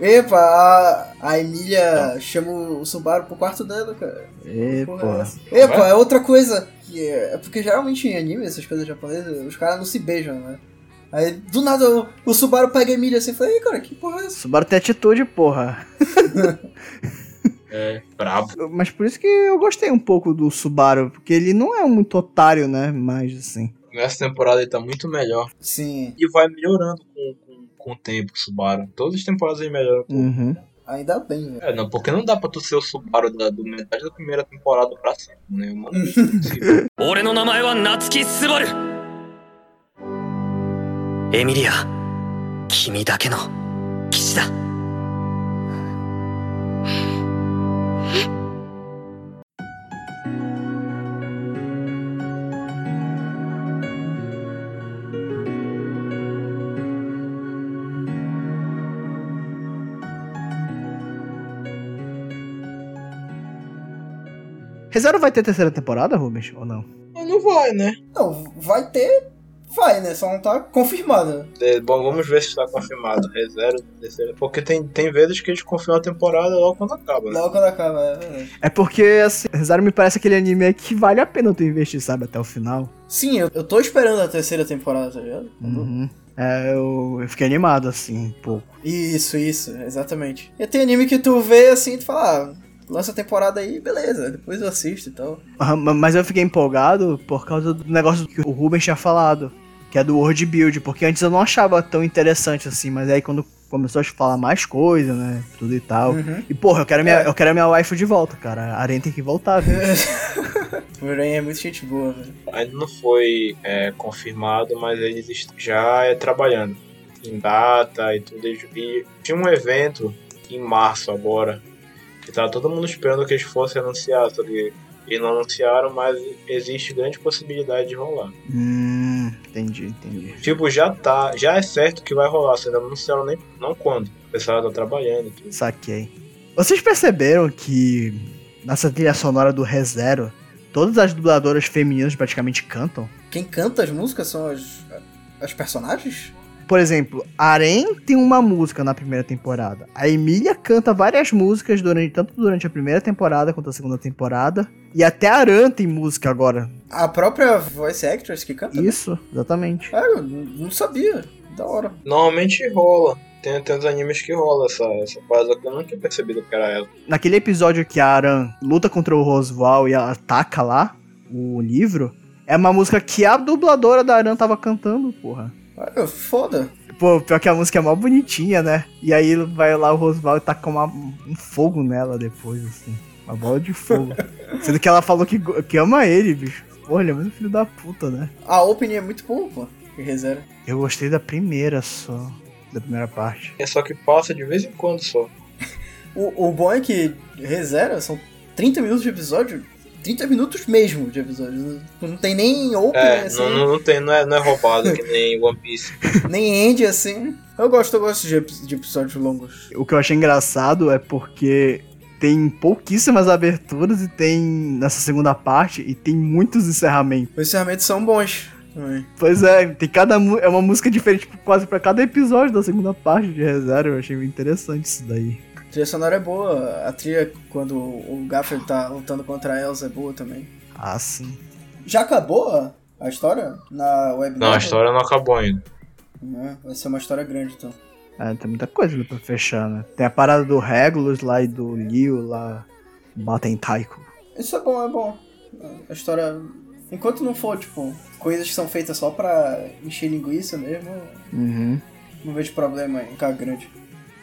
A: Epa, a, a Emília chama o Subaru pro quarto dela, cara.
C: É,
A: Porra,
C: pô.
A: é essa? Epa, é outra coisa. Que é, é porque geralmente em anime, essas coisas japonesas, os caras não se beijam, né? Aí do nada o, o Subaru pega a Emília assim e fala, ei cara, que porra é essa?
C: Subaru tem atitude, porra.
B: é brabo.
C: Mas por isso que eu gostei um pouco do Subaru, porque ele não é muito otário, né? Mas assim.
B: Nessa temporada ele tá muito melhor.
A: Sim,
B: E vai melhorando com, com, com o tempo, o Subaru. Todas as temporadas ele melhora.
C: Uhum.
A: ainda bem, velho.
B: É, não, porque não dá pra tu ser o Subaru da, do metade da primeira temporada pra sempre, né? Mano,
D: 俺の名前は夏木スバルエミリア君だけの騎士だ
C: Rezero vai ter terceira temporada, Rubens? Ou não?
B: não vai, né?
A: Não, vai ter, vai, né? Só não tá confirmado.
B: É, bom, vamos ver se está confirmado. É zero, terceiro. Porque tem, tem vezes que eles confirmam a temporada logo quando acaba, né?
A: Logo quando acaba, é verdade.
C: É porque, assim, Rezero me parece aquele anime que vale a pena tu investir, sabe? Até o final.
A: Sim, eu, eu tô esperando a terceira temporada, tá ligado?
C: Uhum. É, eu, eu fiquei animado, assim, um pouco.
A: Isso, isso, exatamente. E tem anime que tu vê assim e tu fala, ah, lança a temporada aí, beleza, depois eu assisto e tal.
C: Ah, ma- Mas eu fiquei empolgado por causa do negócio que o Rubens tinha falado, que é do world build, porque antes eu não achava tão interessante assim, mas aí quando começou a falar mais coisa, né, tudo e tal.
A: Uhum.
C: E porra, eu quero, minha,
A: É.
C: eu quero a minha wife de volta, cara. A Aren tem que voltar, viu?
A: Porém, é muito gente boa, velho.
B: Ainda não foi é, confirmado, mas eles est- já é trabalhando em data e tudo. eles- E tinha um evento em março agora que tava todo mundo esperando que eles fossem anunciar, sabe? E não anunciaram, mas existe grande possibilidade de rolar.
C: hum, entendi, entendi.
B: Tipo, já tá, já é certo que vai rolar, só ainda não anunciaram nem não quando. O pessoal tá trabalhando e tudo.
C: Saquei. Vocês perceberam que nessa trilha sonora do ReZero, todas as dubladoras femininas praticamente cantam?
A: Quem canta as músicas são as, as personagens?
C: Por exemplo, a Aren tem uma música na primeira temporada. A Emília canta várias músicas durante tanto durante a primeira temporada quanto a segunda temporada. E até a Aran tem música agora.
A: A própria voice actress que canta?
C: Isso, exatamente.
A: Ah, eu n- não sabia. Da hora.
B: Normalmente rola. Tem, tem uns animes que rola essa, essa coisa que eu não tinha percebido que era ela.
C: Naquele episódio que a Aran luta contra o Roswell e ela ataca lá o livro, é uma música que a dubladora da Aran tava cantando, porra.
A: Ah, foda.
C: Pô, pior que a música é mó bonitinha, né? E aí vai lá o Rosval e taca uma, um fogo nela depois, assim. Uma bola de fogo. Sendo que ela falou que, go- que ama ele, bicho. Porra, ele é muito filho da puta, né?
A: A opening é muito boa, pô. Que reserva.
C: Eu gostei da primeira só. Da primeira parte.
B: É só que passa de vez em quando só.
A: O, o bom é que reserva são 30 minutos de episódio. 30 minutos mesmo de episódio. Não, não tem nem opening
B: É,
A: assim,
B: não, não, não tem, não é, não é roubado que nem One Piece.
A: nem end assim. Eu gosto, eu gosto de, epi- de episódios longos.
C: O que eu achei engraçado é porque tem pouquíssimas aberturas e tem nessa segunda parte e tem muitos encerramentos.
A: Os encerramentos são bons também.
C: Pois é, tem cada mu- é uma música diferente quase pra cada episódio da segunda parte de Reserva. Eu achei interessante isso daí.
A: A trilha sonora é boa. A trilha, quando o Garfield tá lutando contra a Elsa, é boa também.
C: Ah, sim.
A: Já acabou a a história na web
B: Não, a
A: novel?
B: história não acabou ainda.
A: né? Vai ser uma história grande, então.
C: É, tem muita coisa pra fechar, né? Tem a parada do Regulus lá e do Liu lá. Batem Taiko.
A: Isso é bom, é bom. A história. Enquanto não for, tipo, coisas que são feitas só pra encher linguiça mesmo,
C: Uhum.
A: não vejo problema em ficar grande.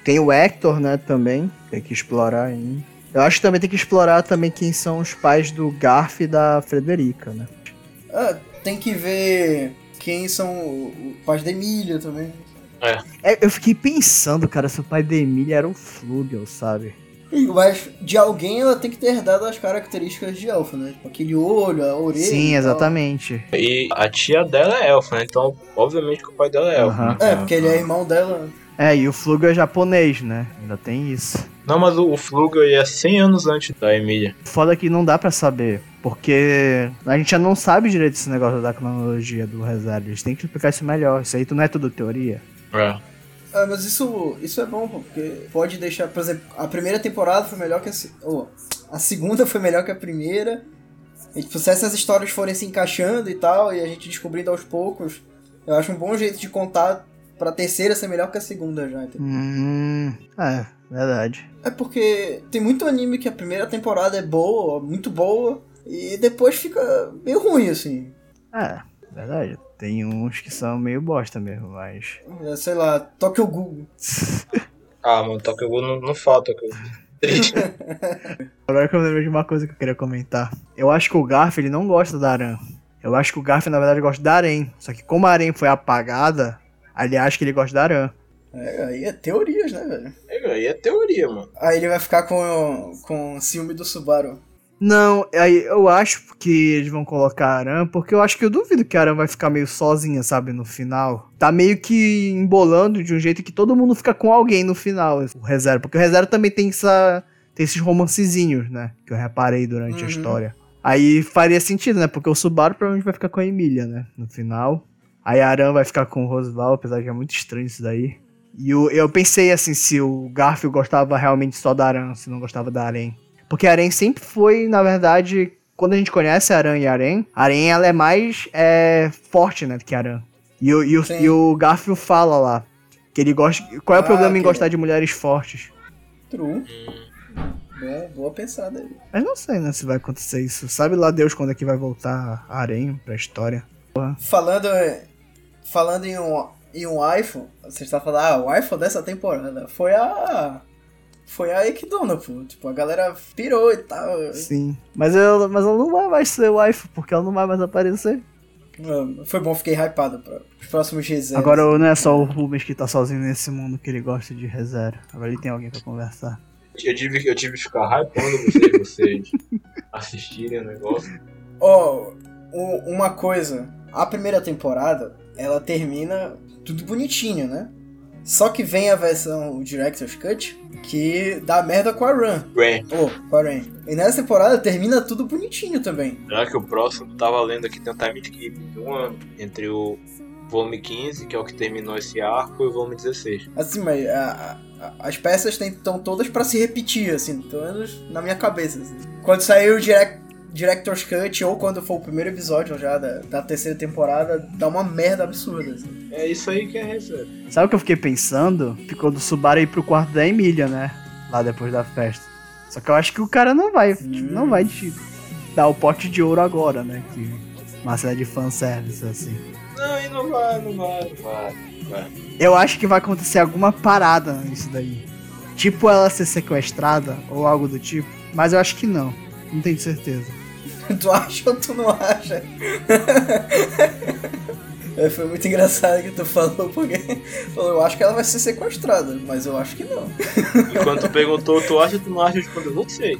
C: Tem o Hector, né, também. Tem que explorar ainda. Eu acho que também tem que explorar também quem são os pais do Garf e da Frederica, né?
A: Ah, tem que ver quem são o- os pais da Emília também.
C: É, eu fiquei pensando, cara, se o pai da Emília era o Flugel, sabe?
A: Mas de alguém ela tem que ter herdado as características de elfo, né? Tipo, aquele olho, a orelha. e
C: Sim,
A: tal.
C: exatamente.
B: E a tia dela é elfa, né? Então, obviamente que o pai dela é elfa.
C: Aham.
A: É, porque ele é irmão dela.
C: É, e o Flugel é japonês, né? Ainda tem isso.
B: Não, mas o, o Flugel ia 100 anos antes da Emília.
C: Foda que não dá pra saber, porque a gente já não sabe direito esse negócio da cronologia do Rezário. Eles têm que explicar isso melhor. Isso aí tu não é tudo teoria.
B: É.
A: Ah, mas isso, isso é bom, pô, porque pode deixar, por exemplo, a primeira temporada foi melhor que a, se- ô, a segunda foi melhor que a primeira. E tipo, se essas histórias forem se encaixando e tal, e a gente descobrindo aos poucos, eu acho um bom jeito de contar pra terceira ser melhor que a segunda já. entendeu?
C: Hum. É, verdade.
A: É porque tem muito anime que a primeira temporada é boa, muito boa, e depois fica meio ruim, assim.
C: É, verdade. Tem uns que são meio bosta mesmo, mas.
A: É, sei lá, Tokyo Google.
B: Ah, mano, Tokyo Ghoul não, não fala Tokyo Ghoul. Triste.
C: Agora que eu lembro de uma coisa que eu queria comentar. Eu acho que o Garf, ele não gosta da Aran. Eu acho que o Garf, na verdade, gosta da Arém. Só que como a Arém foi apagada, aí ele acha que ele gosta da Aran.
A: É, aí é teorias, né, velho?
B: É, aí é teoria, mano.
A: Aí ele vai ficar com, com ciúme do Subaru.
C: Não, aí eu acho que eles vão colocar a Aran, porque eu acho que eu duvido que a Aran vai ficar meio sozinha, sabe, no final. Tá meio que embolando de um jeito que todo mundo fica com alguém no final, o Rezero. Porque o Rezero também tem, essa, tem esses romancezinhos, né, que eu reparei durante a
A: Uhum.
C: história. Aí faria sentido, né, porque o Subaru provavelmente vai ficar com a Emília, né, no final. Aí a Aran vai ficar com o Rosval, apesar que é muito estranho isso daí. E eu, eu pensei, assim, se o Garfield gostava realmente só da Aran, se não gostava da Aren. Porque Arém sempre foi, na verdade, quando a gente conhece Aran e Arém, Arém ela é mais é, forte, né, do que Aran. E, o- e, o-
A: Sim.
C: e o Garfield fala lá que ele gosta. Qual é o
A: Ah,
C: problema em
A: que-
C: gostar de mulheres fortes?
A: True. Boa, boa pensada aí.
C: Mas não sei, né, se vai acontecer isso. Sabe lá Deus quando é que vai voltar Arém pra história.
A: Falando, eh, falando em, um, em um iPhone, você está falando, ah, o iPhone dessa temporada foi a. Foi a Equidona, pô. Tipo, a galera pirou e tal.
C: Sim. Mas ela, mas ela não vai mais ser wife, porque ela não vai mais aparecer.
A: Mano, Foi bom, fiquei hypado para os próximos G0.
C: Agora não é só o Rubens que tá sozinho nesse mundo que ele gosta de reserva. Agora ele tem alguém pra conversar.
B: Eu tive, eu tive que ficar hypando vocês, vocês assistirem o negócio.
A: Ó, u- uma coisa. A primeira temporada, ela termina tudo bonitinho, né? Só que vem a versão o Director's Cut que dá merda com a Run.
B: Ren,
A: Ô, com a Run. E nessa temporada termina tudo bonitinho também.
B: será que o próximo tava lendo aqui tem um time skip de um ano entre o volume 15, que é o que terminou esse arco, e o volume 16.
A: Assim, mas a- a- as peças estão todas pra se repetir, assim, pelo menos na minha cabeça. assim. Quando sair o direc- Director's Cut, ou quando for o primeiro episódio já da, da terceira temporada, dá uma merda absurda. Assim.
B: É isso aí que é reserva.
C: Sabe o que eu fiquei pensando? Ficou do Subaru ir pro quarto da Emília, né? Lá depois da festa. Só que eu acho que o cara não vai, tipo, não vai te dar o pote de ouro agora, né? Que uma série de fanservice, assim.
B: Não, e não vai, não vai, não vai. não vai.
C: Eu acho que vai acontecer alguma parada nisso daí. Tipo ela ser sequestrada ou algo do tipo. Mas eu acho que não. Não tenho certeza.
A: Tu acha ou tu não acha? É, foi muito engraçado que tu falou, porque falou, eu acho que ela vai ser sequestrada, mas eu acho que não.
B: Enquanto tu perguntou, tu acha, tu não acha, eu respondi, não sei.